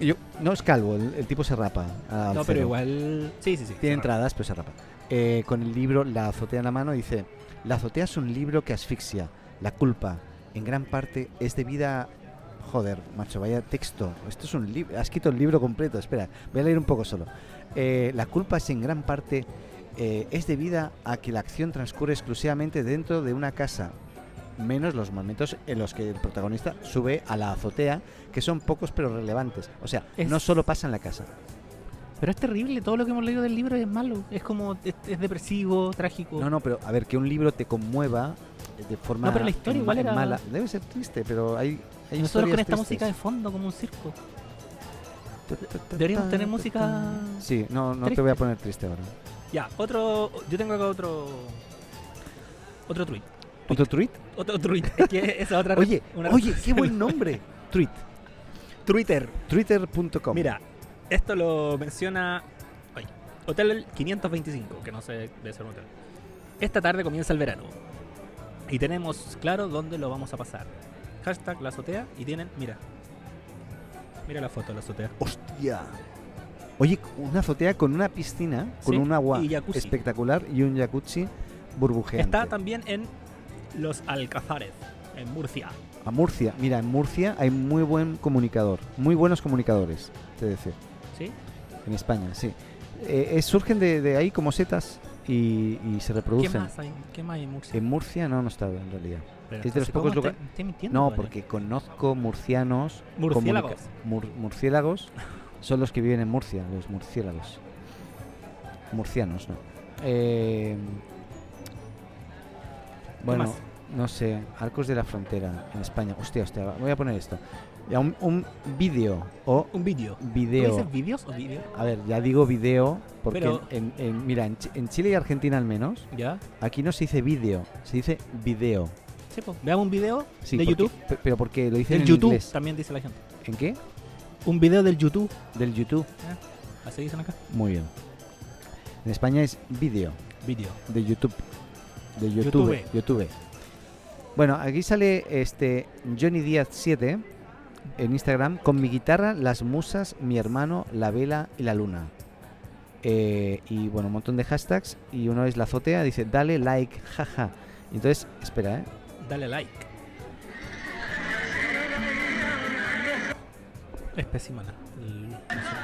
S1: Y yo- no es calvo, el, el tipo se rapa. al
S2: no,
S1: Ah, cero.
S2: pero igual... Sí, sí, sí.
S1: Tiene
S2: cerrado.
S1: entradas, pero se rapa. Eh, con el libro La azotea en la mano dice, La azotea es un libro que asfixia. La culpa, en gran parte, es debida... Joder, macho, vaya texto. Esto es un libro... Has escrito el libro completo, espera. Voy a leer un poco solo. Eh, la culpa es en gran parte... eh, es debida a que la acción transcurre exclusivamente dentro de una casa, menos los momentos en los que el protagonista sube a la azotea, que son pocos pero relevantes. O sea,
S2: Es-
S1: no solo pasa en la casa.
S2: Pero es terrible, todo lo que hemos leído del libro es malo. Es como, es, es depresivo, trágico.
S1: No, no, pero a ver, que un libro te conmueva eh, de forma
S2: No, pero la historia
S1: en-
S2: igual
S1: en
S2: era-
S1: mala. Debe ser triste, pero hay, hay
S2: Nosotros con
S1: historias
S2: esta música de
S1: tristes.
S2: fondo, como un circo.
S1: Ta, ta, ta,
S2: deberíamos
S1: ta,
S2: tener
S1: ta,
S2: música
S1: ta. Sí, no, no te
S2: triste.
S1: voy a poner triste ahora.
S2: Ya, otro. Yo tengo acá otro. Otro tweet.
S1: ¿Otro tweet?
S2: Otro tweet. es que esa otra.
S1: Oye,
S2: una-
S1: oye, qué buen nombre. tweet.
S2: Twitter.
S1: Twitter.com.
S2: Mira, Esto lo menciona ay, Hotel 525, que no sé de ser un hotel. Esta tarde comienza el verano. Y tenemos claro dónde lo vamos a pasar. Hashtag la azotea y tienen, mira. Mira la foto de la azotea.
S1: ¡Hostia! Oye, una azotea con una piscina, con
S2: Sí,
S1: un agua
S2: y jacuzzi.
S1: espectacular y un jacuzzi burbujeante.
S2: Está también en Los Alcázares, en Murcia.
S1: A Murcia, mira, en Murcia hay muy buen comunicador, muy buenos comunicadores, te decía,
S2: ¿Sí?
S1: en España, sí. Eh, eh, surgen de, de ahí como setas y, y se
S2: ¿Qué
S1: reproducen.
S2: más hay? ¿Qué más hay en Murcia?
S1: En Murcia no, no está en realidad.
S2: Pero
S1: es de los
S2: entonces, ¿cómo
S1: pocos
S2: está-
S1: lugar-
S2: me estoy mintiendo, ¿eh?
S1: No,
S2: Daniel?
S1: porque conozco murcianos.
S2: Murciélagos.
S1: comunica- mur- murciélagos son los que viven en Murcia, los murciélagos. Murcianos, no. Eh, bueno,
S2: más?
S1: no sé. Arcos de la frontera en España. Hostia, hostia, voy a poner esto. Ya un, un vídeo o
S2: Un vídeo. ¿Tú
S1: video.
S2: dices vídeos o vídeo?
S1: A ver, ya digo video porque
S2: Pero-
S1: en, en- mira, en, Chi- en Chile y Argentina al menos,
S2: ¿Ya?
S1: aquí no se dice vídeo, se dice video.
S2: Sí, pues. Veamos un video
S1: Sí,
S2: de
S1: porque-
S2: YouTube.
S1: pe- pero porque lo dicen
S2: Del
S1: en
S2: YouTube,
S1: inglés.
S2: también dice la gente.
S1: ¿En qué?
S2: Un video del YouTube.
S1: Del YouTube.
S2: Así dicen acá.
S1: Muy bien. En España es vídeo
S2: Video.
S1: de YouTube. De YouTube. YouTube. Bueno, aquí sale este Johnny Díaz 7 en Instagram con mi guitarra, las musas, mi hermano, la vela y la luna. Eh, y bueno, un montón de hashtags y uno es la azotea, dice dale like, jaja. Y Entonces, espera, ¿eh?
S2: Dale like. Es pésima la- el- no sé.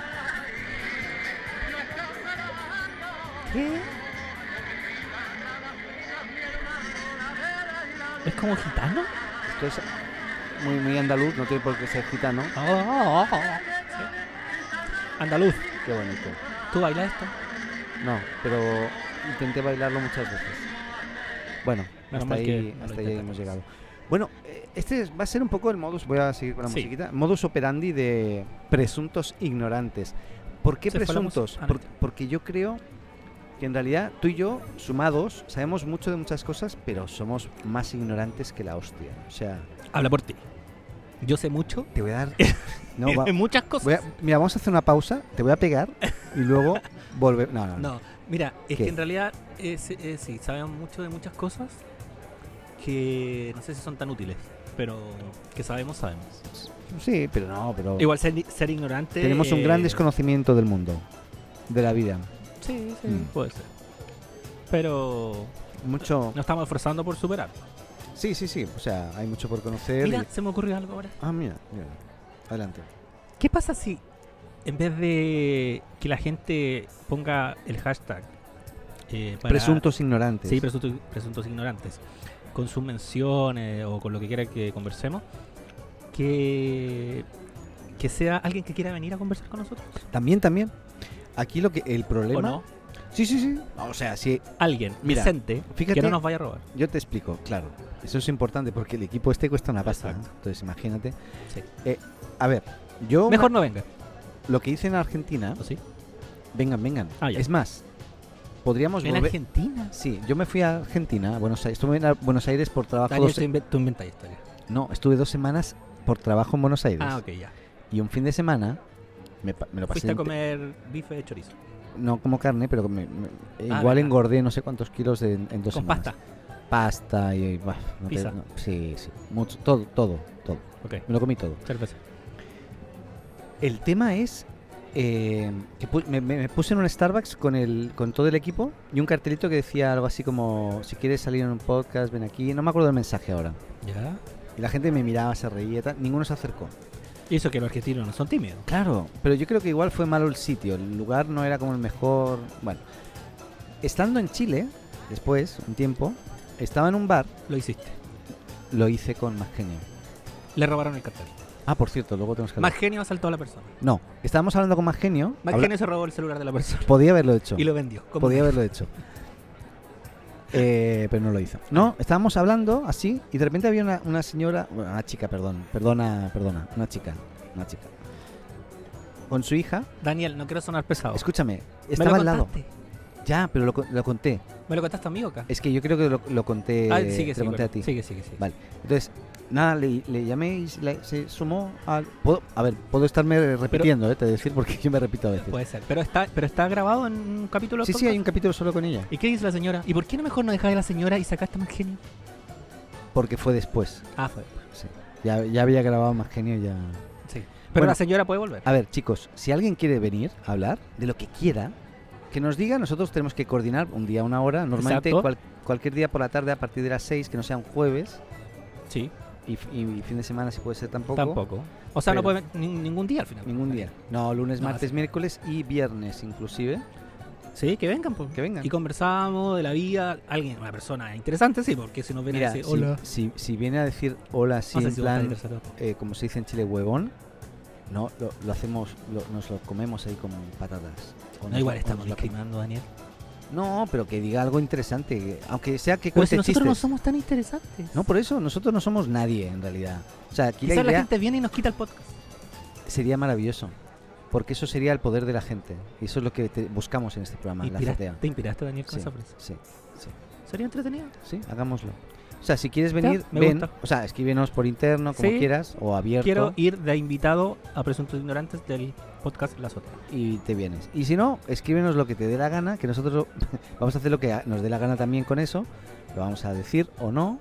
S2: ¿Es como gitano?
S1: Esto es muy, muy andaluz, no tiene por qué ser gitano.
S2: Ah, ah, ah. Andaluz,
S1: Qué bonito.
S2: ¿tú bailas esto?
S1: No, pero intenté bailarlo muchas veces. Bueno,
S2: Menos
S1: hasta
S2: mal que
S1: ahí,
S2: no lo
S1: hasta ahí hemos
S2: intentaste. pues.
S1: llegado. Bueno, eh, este es- va a ser un poco el modus, voy a seguir con la
S2: Sí.
S1: musiquita, modus operandi de presuntos ignorantes. ¿Por qué
S2: Se fue la música.
S1: presuntos?
S2: Ah, no,
S1: Por-
S2: mentira.
S1: porque yo creo que en realidad tú y yo, sumados, sabemos mucho de muchas cosas, pero somos más ignorantes que la hostia. O sea,
S2: Habla por ti. Yo sé mucho
S1: te voy a dar... No, va-
S2: en muchas
S1: voy a-
S2: cosas.
S1: mira, vamos a hacer una pausa, te voy a pegar y luego volver... No, no, no.
S2: No, mira, es
S1: ¿Qué?
S2: que en realidad eh, sí- eh, sí, sabemos mucho de muchas cosas que no sé si son tan útiles, pero que sabemos, sabemos.
S1: Sí, pero no, pero...
S2: Igual ser, ser ignorante.
S1: Oh. Tenemos un
S2: eh,
S1: gran desconocimiento del mundo, de la vida.
S2: Sí, sí,
S1: Mm.
S2: puede ser. Pero
S1: Mucho.
S2: nos estamos esforzando por superar.
S1: Sí, sí, sí. O sea, hay mucho por conocer. y-
S2: Mira, se me ocurrió algo ahora.
S1: Ah, mira, mira. Adelante.
S2: ¿Qué pasa si en vez de que la gente ponga el hashtag eh, para-
S1: Presuntos ignorantes.
S2: Sí, presuntos, presuntos ignorantes. Con sus menciones o con lo que quiera que conversemos. Que, que sea alguien que quiera venir a conversar con nosotros.
S1: También, también. Aquí lo que el
S2: ¿O
S1: problema.
S2: no?
S1: Sí, sí, sí. O sea, sí.
S2: Alguien
S1: Mira,
S2: decente
S1: fíjate-
S2: que no nos vaya a robar.
S1: Yo te explico, claro. Eso es importante porque el equipo este cuesta una pasta.
S2: Exacto.
S1: ¿eh? Entonces, imagínate.
S2: Sí.
S1: Eh, a ver, yo
S2: Mejor no venga.
S1: lo que hice en Argentina,
S2: ¿o sí?
S1: vengan, vengan.
S2: Ah, ya.
S1: es más, podríamos
S2: En
S1: volver.
S2: Argentina.
S1: Sí, yo me fui a Argentina, a Buenos Aires. Estuve en a- Buenos Aires por trabajo
S2: Daniel,
S1: dos- e-
S2: tú, inven- tú inventas historias.
S1: No, estuve dos semanas por trabajo en Buenos Aires.
S2: Ah, ok, ya.
S1: Y un fin de semana me, pa- me lo pasé.
S2: Fuiste a
S1: en-
S2: comer bife de chorizo.
S1: No como carne, pero me- me- igual
S2: verdad.
S1: engordé no sé cuántos kilos en, en dos
S2: Ah, Con
S1: semanas.
S2: pasta.
S1: Pasta y. y, bah, no te-
S2: Pizza.
S1: no, sí, sí. Mucho, todo, todo, todo.
S2: Ok,
S1: Me lo comí todo.
S2: cerveza.
S1: El tema es. eh, que pu- me, me- me puse en un Starbucks con, el, con todo el equipo y un cartelito que decía algo así como: si quieres salir en un podcast, ven aquí. No me acuerdo del mensaje ahora.
S2: Ya.
S1: Y la gente me miraba, se reía, y tal. ninguno se acercó.
S2: Y eso que los argentinos no son tímidos.
S1: Claro, pero yo creo que igual fue malo el sitio, el lugar no era como el mejor. Bueno, estando en Chile, después, un tiempo, estaba en un bar,
S2: Lo hiciste.
S1: lo hice con más genio.
S2: Le robaron el cartel.
S1: Ah, por cierto, luego tenemos que
S2: Más
S1: hablar.
S2: genio asaltó a la persona.
S1: No, estábamos hablando con más genio.
S2: Más
S1: habla-
S2: genio se robó el celular de la persona.
S1: Podía haberlo hecho.
S2: Y lo vendió. como
S1: Podía haberlo hecho. Eh, pero no lo hizo. No, estábamos hablando así y de repente había una, una señora, bueno, una chica, perdón, perdona, perdona, una chica, una chica. Con su hija,
S2: Daniel, no quiero sonar pesado.
S1: escúchame,
S2: Oh. Me
S1: estaba
S2: lo
S1: al lado.
S2: contaste.
S1: Ya, pero lo co- lo conté.
S2: Me lo contaste amigo acá.
S1: Es que yo creo que lo, lo conté,
S2: ah, sigue,
S1: Eh, te lo
S2: sigue,
S1: conté a
S2: perdón.
S1: ti.
S2: sigue, sigue, sigue.
S1: Vale. pues. Entonces, Nada, le, le llamé y se, le- se sumó al... puedo- a ver, puedo estarme repitiendo, eh, te decir, porque yo me repito a veces.
S2: Puede ser. Pero está, pero está grabado en un capítulo.
S1: sí,
S2: del
S1: sí, hay un
S2: podcast.
S1: capítulo solo con ella,
S2: ¿Y qué dice la señora? ¿Y por qué no mejor no dejar a la señora y sacaste más genio?
S1: porque fue después.
S2: Ah, fue.
S1: sí. Ya, ya había grabado más genio, ya...
S2: Sí. Pero
S1: Bueno. Ah,
S2: la señora puede volver.
S1: A ver, chicos, si alguien quiere venir a hablar de lo que quiera, que nos diga, nosotros tenemos que coordinar un día, una hora, normalmente
S2: Exacto.
S1: cual- cualquier día por la tarde a partir de las 6, que no sea un jueves,
S2: Sí,
S1: y, f- y fin de semana si puede ser tampoco.
S2: tampoco. O sea, no
S1: Pero-
S2: puede ni- ningún día al final.
S1: Ningún día. No, lunes,
S2: No,
S1: martes,
S2: así.
S1: miércoles y viernes inclusive.
S2: Sí, que vengan, pues.
S1: Que vengan.
S2: Y conversamos de la vida. Alguien, una persona interesante, Ah, sí, porque si nos viene
S1: Mira,
S2: a decir,
S1: si-
S2: hola.
S1: Si, si viene a decir hola así
S2: No sé
S1: en
S2: si vos estás
S1: plan,
S2: interesado.
S1: eh, como se dice en Chile, huevón, no, lo, lo hacemos, lo- nos lo comemos ahí con patatas. O
S2: No,
S1: nos-
S2: igual
S1: o
S2: estamos
S1: nos lo-
S2: discriminando, Daniel.
S1: No, pero que diga algo interesante, que- aunque sea que
S2: Pero
S1: cuente
S2: Pues si nosotros no
S1: chistes.
S2: somos tan interesantes.
S1: No, por eso, nosotros no somos nadie en realidad. O sea, aquí
S2: Quizás
S1: la
S2: la,
S1: idea
S2: gente viene y nos quita el podcast.
S1: sería maravilloso. Porque eso sería el poder de la gente. Y eso es lo que te- buscamos en este programa, la
S2: Inspiraste-
S1: azotea.
S2: te inspiraste, Daniel, con
S1: Sí,
S2: esa frase.
S1: sí,
S2: Sería entretenido.
S1: sí, hagámoslo. O sea, si quieres venir,
S2: me
S1: ven.
S2: gusta.
S1: O sea, escríbenos por interno, como
S2: Sí.
S1: quieras, o abierto,
S2: Quiero ir de invitado a Presuntos Ignorantes del podcast La Sota.
S1: y te vienes. Y si no, escríbenos lo que te dé la gana, que nosotros lo- vamos a hacer lo que a- nos dé la gana también con eso. Lo vamos a decir o no.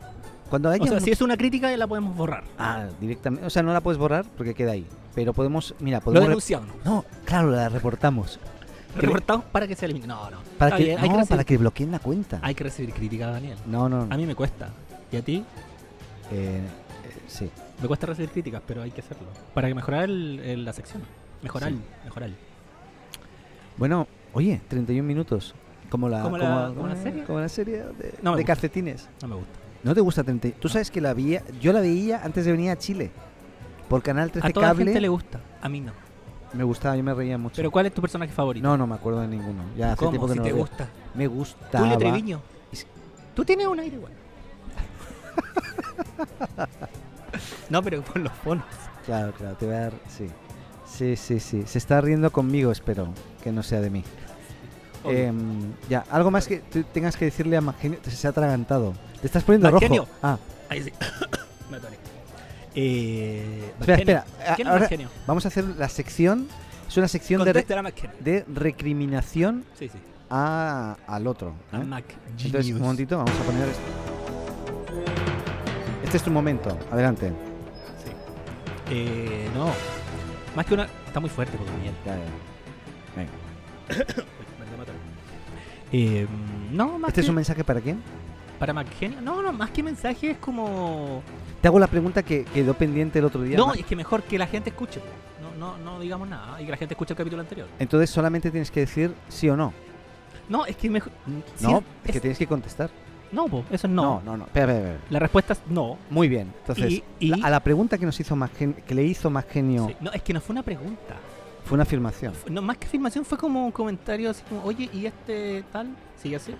S1: Cuando haya
S2: O sea,
S1: mucho-
S2: si es una crítica, la podemos borrar.
S1: Ah, directamente. O sea, no la puedes borrar porque queda ahí. Pero podemos, mira,
S2: Lo
S1: podemos... re-
S2: denunciamos.
S1: No, claro, la reportamos.
S2: Reportamos para que se elimine. No, no.
S1: Para
S2: Está
S1: que,
S2: bien,
S1: no,
S2: hay, que recibir,
S1: para que bloqueen la cuenta.
S2: hay que recibir crítica, Daniel.
S1: No, no, no.
S2: A mí me cuesta. ¿Y a ti?
S1: Eh, eh, sí.
S2: Me cuesta recibir críticas, pero hay que hacerlo. Para que mejorar el- el- la sección. Mejorar,
S1: Sí.
S2: mejorar.
S1: Bueno, oye, 31 minutos. Como la,
S2: Como la- como la
S1: eh,
S2: serie.
S1: como la serie de,
S2: No me
S1: de
S2: gusta.
S1: calcetines.
S2: No me gusta.
S1: ¿No te gusta 30? Tú sabes que la veía, yo la veía antes de venir a Chile. Por Canal 13
S2: A toda la
S1: Cable
S2: gente le gusta. A mí no.
S1: me gustaba, yo me reía mucho.
S2: Pero ¿cuál es tu personaje favorito?
S1: no, no me acuerdo de ninguno. Ya hace tiempo
S2: ¿Cómo?
S1: que
S2: Si
S1: no
S2: te
S1: lo veo.
S2: gusta.
S1: Me gustaba.
S2: Julio Treviño.
S1: Es-
S2: Tú tienes un aire igual. no, pero con los bonos.
S1: Claro, claro, te voy a dar. Sí. Sí, sí, sí. Se está riendo conmigo, espero que no sea de mí. Em, ya, algo más que tú tengas que decirle a Magenio. Te- Se ha atragantado. Te estás poniendo
S2: Magenio.
S1: rojo. Ah,
S2: Ahí sí. Me atoré. Eh,
S1: espera,
S2: Margenio.
S1: espera. Ah,
S2: ¿Quién es
S1: Ahora
S2: Margenio?
S1: vamos a hacer la sección. Es una sección de, re-
S2: Contesta a Margenio.
S1: de recriminación
S2: Sí, sí.
S1: a- al otro. ¿eh?
S2: A Mac
S1: Entonces, un
S2: Genius.
S1: momentito, vamos a poner esto. Este es tu momento. Adelante.
S2: Sí. Eh, no. Más que una. Está muy fuerte porque Daniel.
S1: Ya, ya. Venga.
S2: Uy, me atoré. Eh, no, más
S1: ¿Este
S2: que
S1: es un mensaje para quién?
S2: para Margenio. No, no, más que mensaje es como.
S1: Te hago la pregunta que quedó pendiente el otro día.
S2: No,
S1: Ma-
S2: es que mejor que la gente escuche. No, no, no digamos nada. Y que la gente escuche el capítulo anterior.
S1: Entonces solamente tienes que decir sí o no.
S2: No, es que mejor. mm, sí,
S1: No, es
S2: es-
S1: que tienes que contestar.
S2: no, po, eso es no.
S1: no, no. no. Espera, espera, espera.
S2: La respuesta es no.
S1: Muy bien. Entonces,
S2: y, y-
S1: La- a la pregunta que nos hizo más que le hizo más genio
S2: sí, no, es que no fue una pregunta.
S1: fue una afirmación.
S2: Fue- No, más que afirmación fue como un comentario así como, oye, ¿y este tal? Sí, así.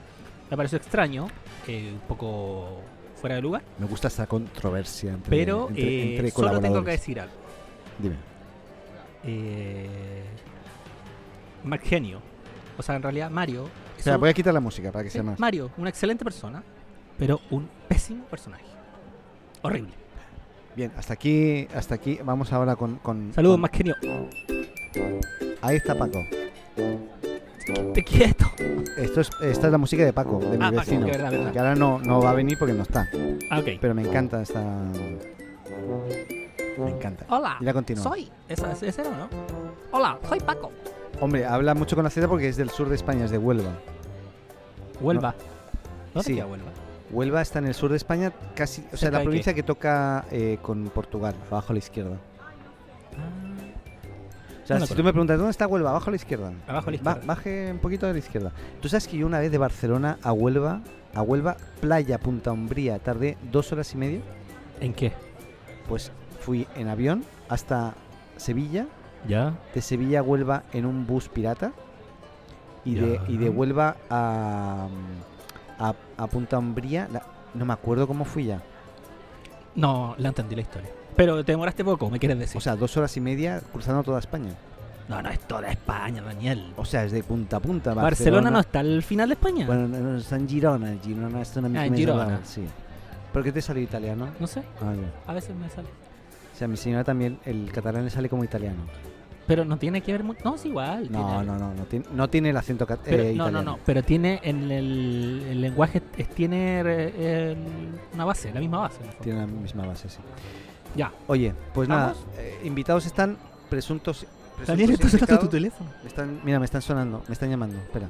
S2: Me pareció extraño, eh, un poco fuera de lugar,
S1: Me gusta esa controversia entre,
S2: pero
S1: entre-
S2: eh,
S1: entre
S2: solo
S1: colaboradores.
S2: tengo que decir algo.
S1: Dime.
S2: Eh, Mark Genio, o sea, en realidad Mario, es
S1: Espera,
S2: un-
S1: voy a quitar la música para que
S2: sí,
S1: sea más.
S2: Mario, una excelente persona, pero un pésimo personaje. Horrible.
S1: Bien, hasta aquí, hasta aquí. Vamos ahora con. con
S2: Saludos,
S1: Mm. con-
S2: Mark Genio.
S1: Ahí está Paco.
S2: Te quieto.
S1: Esto es, esta es la música de Paco, de mi
S2: Ah, Paco,
S1: vecino.
S2: que verdad, verdad.
S1: Que ahora no, no va a venir porque no está.
S2: Ah, ok.
S1: Pero me encanta esta. Me encanta.
S2: Hola.
S1: Y la continúa.
S2: Soy. Esa, esa era, ¿no? Hola, soy Paco.
S1: Hombre, habla mucho con la Z porque es del sur de España, es de Huelva.
S2: Huelva. ¿No te
S1: Sí.
S2: queda Huelva?
S1: Huelva está en el sur de España, casi, o sea,
S2: ¿Cerca de
S1: la
S2: qué?
S1: provincia que toca eh, con Portugal, abajo a la izquierda.
S2: Ah.
S1: O sea,
S2: No me
S1: si
S2: acuerdo.
S1: tú me preguntas, ¿dónde está Huelva? Abajo a la izquierda.
S2: Abajo a la
S1: Ba-
S2: izquierda.
S1: baje un poquito a la izquierda. Tú sabes que yo una vez de Barcelona a Huelva, a Huelva, playa, Punta Umbría, tardé dos horas y media,
S2: ¿En qué?
S1: pues fui en avión hasta Sevilla,
S2: ¿Ya?
S1: de Sevilla a Huelva en un bus pirata y, de,
S2: Ya.
S1: y de Huelva a, mm, a, a Punta Umbría, la- no me acuerdo cómo fui ya.
S2: No, la entendí la historia. Pero te demoraste poco, me quieres decir.
S1: O sea, dos horas y media cruzando toda España.
S2: no, no es toda España, Daniel.
S1: O sea, es de punta a punta.
S2: Barcelona, no está al final de España.
S1: Bueno, no, no, está en Girona. Girona es una
S2: Ah,
S1: misma
S2: en Girona.
S1: sí. ¿Por qué te salió italiano?
S2: No sé,
S1: Ah, ya.
S2: a veces me sale.
S1: O sea, a mi señora también el catalán le sale como italiano.
S2: Pero no tiene que ver mucho. No, es igual.
S1: No,
S2: tiene-
S1: no, no, no tiene, no tiene el acento cat-
S2: Pero,
S1: eh,
S2: no,
S1: italiano.
S2: no, no, pero tiene en el, el lenguaje, es- tiene eh, el- una base, la misma base. en el fondo.
S1: Tiene la misma base, sí.
S2: Ya.
S1: Oye, pues nada,
S2: ¿Vamos?
S1: eh, invitados están presuntos. presuntos
S2: Daniel, estás sonando tu
S1: implicados.
S2: teléfono.
S1: Me están, mira, me están sonando, me están llamando. Espera,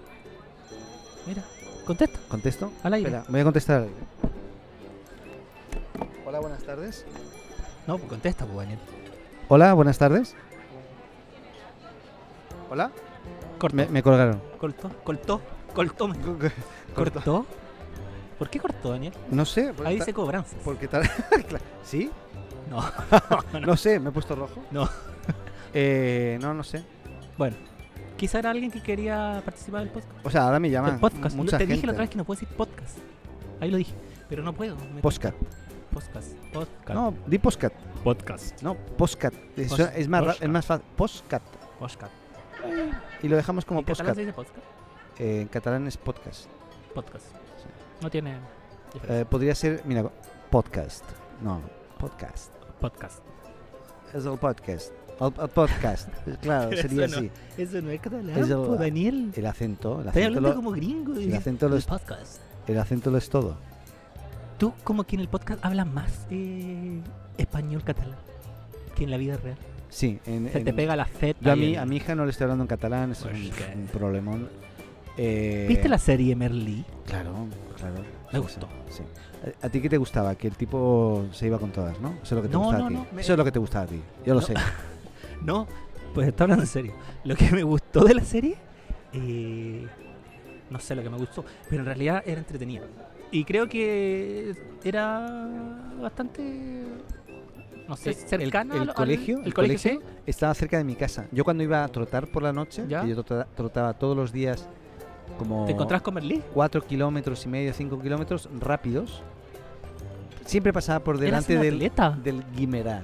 S2: Mira, contesta,
S1: ¿contesto?
S2: al aire.
S1: Espera, voy a contestar. al aire. Hola, buenas tardes.
S2: No, pues contesta, pues, Daniel.
S1: Hola, buenas tardes. Hola.
S2: Cortó,
S1: Me, me colgaron.
S2: cortó, cortó, cortó, me- cortó. ¿Por qué cortó, Daniel?
S1: No sé. porque
S2: Ahí
S1: ta-
S2: dice cobranzas.
S1: Porque tal. Claro. ¿Sí?
S2: No.
S1: No sé, me he puesto rojo.
S2: No.
S1: Eh, no, no sé.
S2: Bueno, quizá era alguien que quería participar del podcast.
S1: O sea, ahora me
S2: Del
S1: llaman.
S2: podcast. Yo
S1: Mucha
S2: te dije
S1: gente.
S2: la otra vez que no puedo decir podcast. Ahí lo dije, pero no puedo. me-
S1: Postcat.
S2: podcast. Podcast.
S1: No, di postcat.
S2: podcast.
S1: No, postcat. Es,
S2: Pos-
S1: es más, ra-
S2: postcat.
S1: es más fácil. Postcat.
S2: Podcast.
S1: Y lo dejamos como
S2: ¿En catalán
S1: postcat.
S2: se dice podcast?
S1: Eh, en catalán es podcast.
S2: Podcast.
S1: Sí.
S2: No tiene
S1: Eh,
S2: diferencia.
S1: podría ser, mira, podcast. No, podcast.
S2: podcast.
S1: Es el podcast. El, el podcast. Claro,
S2: Pero
S1: sería
S2: eso no.
S1: así.
S2: Eso no es catalán,
S1: Eso-
S2: po, Daniel.
S1: El acento. El
S2: Estás
S1: acento,
S2: hablando
S1: lo,
S2: como gringo.
S1: el
S2: dices,
S1: acento lo
S2: "El
S1: es-
S2: podcast.
S1: el acento lo es todo.
S2: Tú como que en el podcast hablas más eh, español catalán que en la vida real.
S1: Sí. En,
S2: Se te
S1: en-
S2: pega la Z.
S1: Yo a
S2: ahí
S1: mi,
S2: en-
S1: a mi hija no le estoy hablando en catalán, eso es
S2: Pues,
S1: un,
S2: ¿qué?
S1: un problemón. Eh,
S2: ¿Viste la serie Merlí?
S1: Claro, claro.
S2: Me gustó.
S1: Sí. ¿A, a ti qué te gustaba? Que el tipo se iba con todas, ¿no? Eso es lo que te
S2: No,
S1: gustaba
S2: no,
S1: a ti.
S2: no, me-
S1: Eso es lo que te gustaba a ti. Yo lo
S2: No.
S1: sé.
S2: No, pues está hablando en serio. Lo que me gustó de la serie, eh, no sé lo que me gustó, pero en realidad era entretenida. Y creo que era bastante, no sé,
S1: Es el-
S2: cercana
S1: el
S2: al- al-
S1: colegio, el
S2: el colegio, sí.
S1: Estaba cerca de mi casa. Yo cuando iba a trotar por la noche,
S2: Ya.
S1: que yo trota- trotaba todos los días como
S2: ¿Te encontrás con Merlí?
S1: 4 kilómetros y medio, 5 kilómetros rápidos, siempre pasaba por
S2: Eras
S1: delante
S2: una
S1: del,
S2: atleta.
S1: del Guimerá.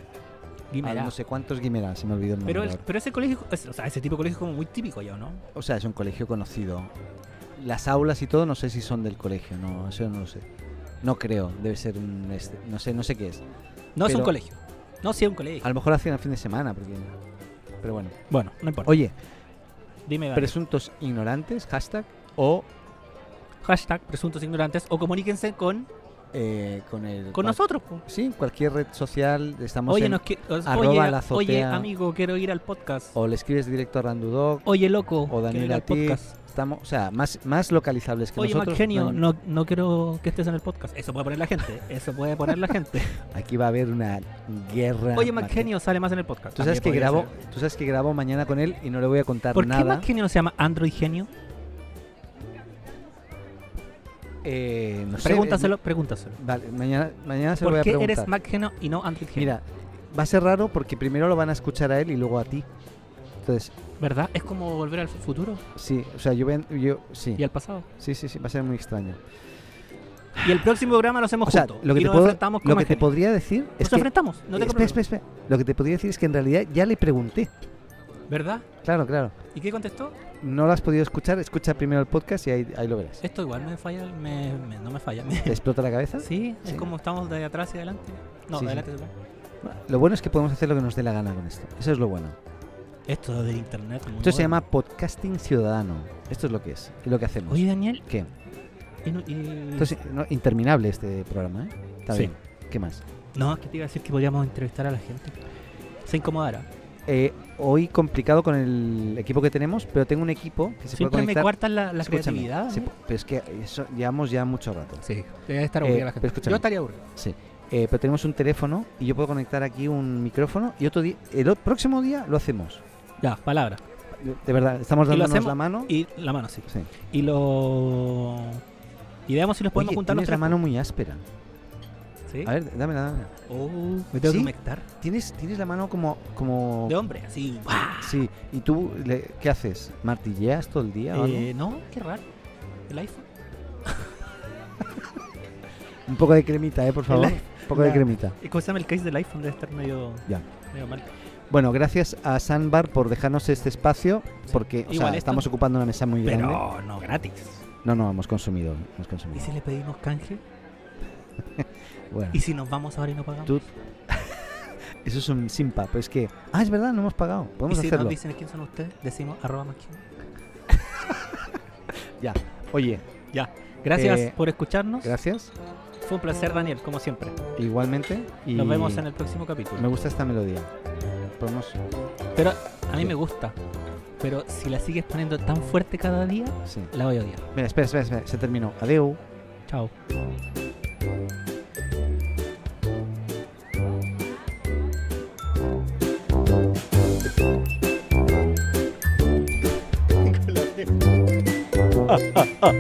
S2: Guimerá.
S1: Al No sé cuántos Guimerá, se me olvidó el nombre.
S2: pero, el-
S1: ahora.
S2: pero ese colegio, es- o sea, ese tipo de colegio es como muy típico ya, ¿o ¿no?
S1: O sea, es un colegio conocido. Las aulas y todo, no sé si son del colegio, no, eso no lo sé. No creo, debe ser un. este- no sé, no sé qué es.
S2: No es un
S1: Pero- Ah.
S2: colegio. No, sí es un colegio.
S1: A lo mejor hacen a fin de semana, porque. Pero bueno.
S2: Bueno, no importa.
S1: Oye,
S2: Dime, Dani.
S1: presuntos ignorantes, hashtag, o
S2: hashtag presuntos ignorantes o comuníquense con,
S1: eh, con el.
S2: con
S1: cual-
S2: nosotros. po.
S1: Sí, cualquier red social, estamos
S2: Oye,
S1: en-
S2: nos que- os-
S1: arroba
S2: oye,
S1: la azotea.
S2: oye, amigo, quiero ir al podcast.
S1: O le escribes directo a Randudoc,
S2: Oye, loco,
S1: o
S2: quiero
S1: Daniel
S2: ir
S1: a
S2: al
S1: ti.
S2: podcast.
S1: Estamos, o sea, más, más localizables que
S2: Oye,
S1: nosotros.
S2: Magenio,
S1: hay-
S2: no, no quiero que estés en el podcast. Eso puede poner la gente. Eso puede poner la gente.
S1: Aquí va a haber una guerra.
S2: Oye,
S1: Mac-
S2: Magenio sale más en el podcast.
S1: Tú sabes, que
S2: También podría
S1: grabo,
S2: ser.
S1: tú sabes que grabo mañana con él y no le voy a contar
S2: ¿Por qué
S1: nada.
S2: Magenio no se llama Android Genio?
S1: Eh, no sé,
S2: Pregúntaselo, pregúntaselo.
S1: eh, vale, mañana, mañana se lo voy
S2: ¿Por
S1: a
S2: qué
S1: preguntar.
S2: eres Magenio y no Android Genio?
S1: Mira, va a ser raro porque primero lo van a escuchar a él y luego a ti. Entonces,
S2: ¿Verdad? Es como volver al futuro
S1: sí, o sea, yo voy a- yo sí.
S2: y al pasado.
S1: Sí, sí, sí, va a ser muy extraño.
S2: Y el próximo programa lo hacemos
S1: O sea,
S2: juntos.
S1: lo que,
S2: y
S1: te,
S2: nos
S1: puedo-
S2: enfrentamos con
S1: lo que te
S2: Magenio.
S1: podría decir es
S2: Nos
S1: que
S2: enfrentamos.
S1: Eh,
S2: No tengo
S1: espera,
S2: problema.
S1: espera, espera. Lo que te podría decir es que en realidad ya le pregunté.
S2: ¿Verdad?
S1: Claro, claro.
S2: ¿Y qué contestó?
S1: No lo has podido escuchar, escucha primero el podcast y ahí, ahí lo verás.
S2: Esto igual me falla, me- me- no me falla. me-
S1: ¿Te explota la cabeza?
S2: Sí, es
S1: Sí.
S2: como estamos de atrás y adelante. No,
S1: Sí,
S2: de
S1: sí.
S2: adelante. hacia atrás.
S1: Lo bueno es que podemos hacer lo que nos dé la gana con esto. Eso es lo bueno.
S2: Esto del internet. muy
S1: Esto se
S2: moderno.
S1: llama podcasting ciudadano. Esto es lo que es y lo que hacemos.
S2: Oye, Daniel.
S1: ¿Qué?
S2: y no- y-
S1: Esto es no, interminable este programa, ¿eh? Está
S2: Sí.
S1: bien. ¿Qué más?
S2: No, es que te iba a decir que podíamos entrevistar a la gente. Se incomodará.
S1: Eh, hoy complicado con el equipo que tenemos, pero tengo un equipo que se
S2: Siempre
S1: puede
S2: me
S1: conectar.
S2: cuartan la, la
S1: Escúchame,
S2: creatividad.
S1: se
S2: ¿eh?
S1: pu- pero es que eso, llevamos ya mucho rato.
S2: Sí, debe estar
S1: Eh,
S2: aburrida la gente.
S1: pero escúchame.
S2: Yo estaría aburrido.
S1: Eh, pero tenemos un teléfono y yo puedo conectar aquí un micrófono y otro día, el o- próximo día lo hacemos.
S2: Ya, palabra.
S1: De verdad, estamos
S2: Y lo
S1: dándonos
S2: hacemos
S1: la mano.
S2: Y la mano, sí.
S1: Sí.
S2: Y lo. Y veamos si nos podemos
S1: Oye,
S2: juntar los
S1: tienes la
S2: tres.
S1: mano muy áspera.
S2: Sí.
S1: A ver, dámela, dámela.
S2: Oh, me
S1: ¿Sí?
S2: tengo que humectar.
S1: Tienes, tienes la mano como, como
S2: De hombre, así.
S1: Oh.
S2: Ah, ¡guau!
S1: Sí, ¿y tú le- qué haces? ¿Martilleas todo el día? o algo?
S2: Eh, no, qué raro. El iPhone.
S1: Un poco de cremita, ¿eh? Por favor.
S2: el-
S1: Un poco de
S2: la-
S1: cremita.
S2: ¿Y cómo se llama el case del iPhone? Debe estar medio,
S1: Ya.
S2: medio mal.
S1: Bueno, gracias a Sandbar por dejarnos este espacio, porque o
S2: Igual
S1: sea,
S2: esto-
S1: estamos ocupando una mesa muy grande.
S2: Pero no gratis.
S1: No, no, hemos consumido. Hemos
S2: ¿Y
S1: consumido.
S2: si le pedimos canje?
S1: Bueno,
S2: ¿Y si nos vamos ahora y no pagamos?
S1: Tú- eso es un simpa, pero es que. Ah, es verdad, no hemos pagado.
S2: ¿Y
S1: Podemos
S2: si
S1: hacerlo.
S2: nos dicen quién son ustedes? Decimos arroba más quién.
S1: Oye,
S2: Gracias
S1: Eh,
S2: por escucharnos.
S1: gracias.
S2: Fue un placer, Daniel, como siempre.
S1: Igualmente. Y
S2: Nos vemos en el próximo capítulo.
S1: Me gusta esta melodía. Podemos.
S2: Pero a mí
S1: Sí.
S2: me gusta. Pero si la sigues poniendo tan fuerte cada día,
S1: Sí.
S2: la voy a odiar.
S1: Mira, espera, espera, espera. Se terminó. Adeu.
S2: Chao.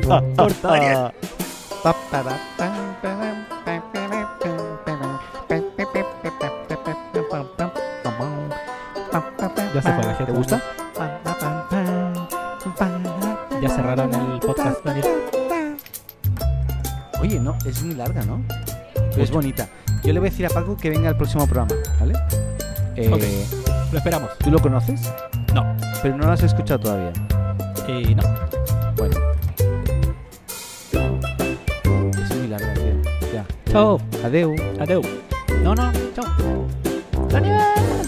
S1: Corta.
S2: Ya se fue la gente.
S1: ¿Te gusta?
S2: Ya cerraron el podcast, Daniel.
S1: Oye, no, es muy larga, ¿no? Pero es bonita. Yo le voy a decir a Paco que venga al próximo programa, ¿vale? Eh,
S2: Ok. Lo esperamos.
S1: ¿Tú lo conoces?
S2: No.
S1: Pero no lo has escuchado todavía.
S2: Eh, no.
S1: Bueno. Es muy larga, tío. Ya.
S2: Chao.
S1: Adeu.
S2: Adeu. No, no. Chao. Daniel.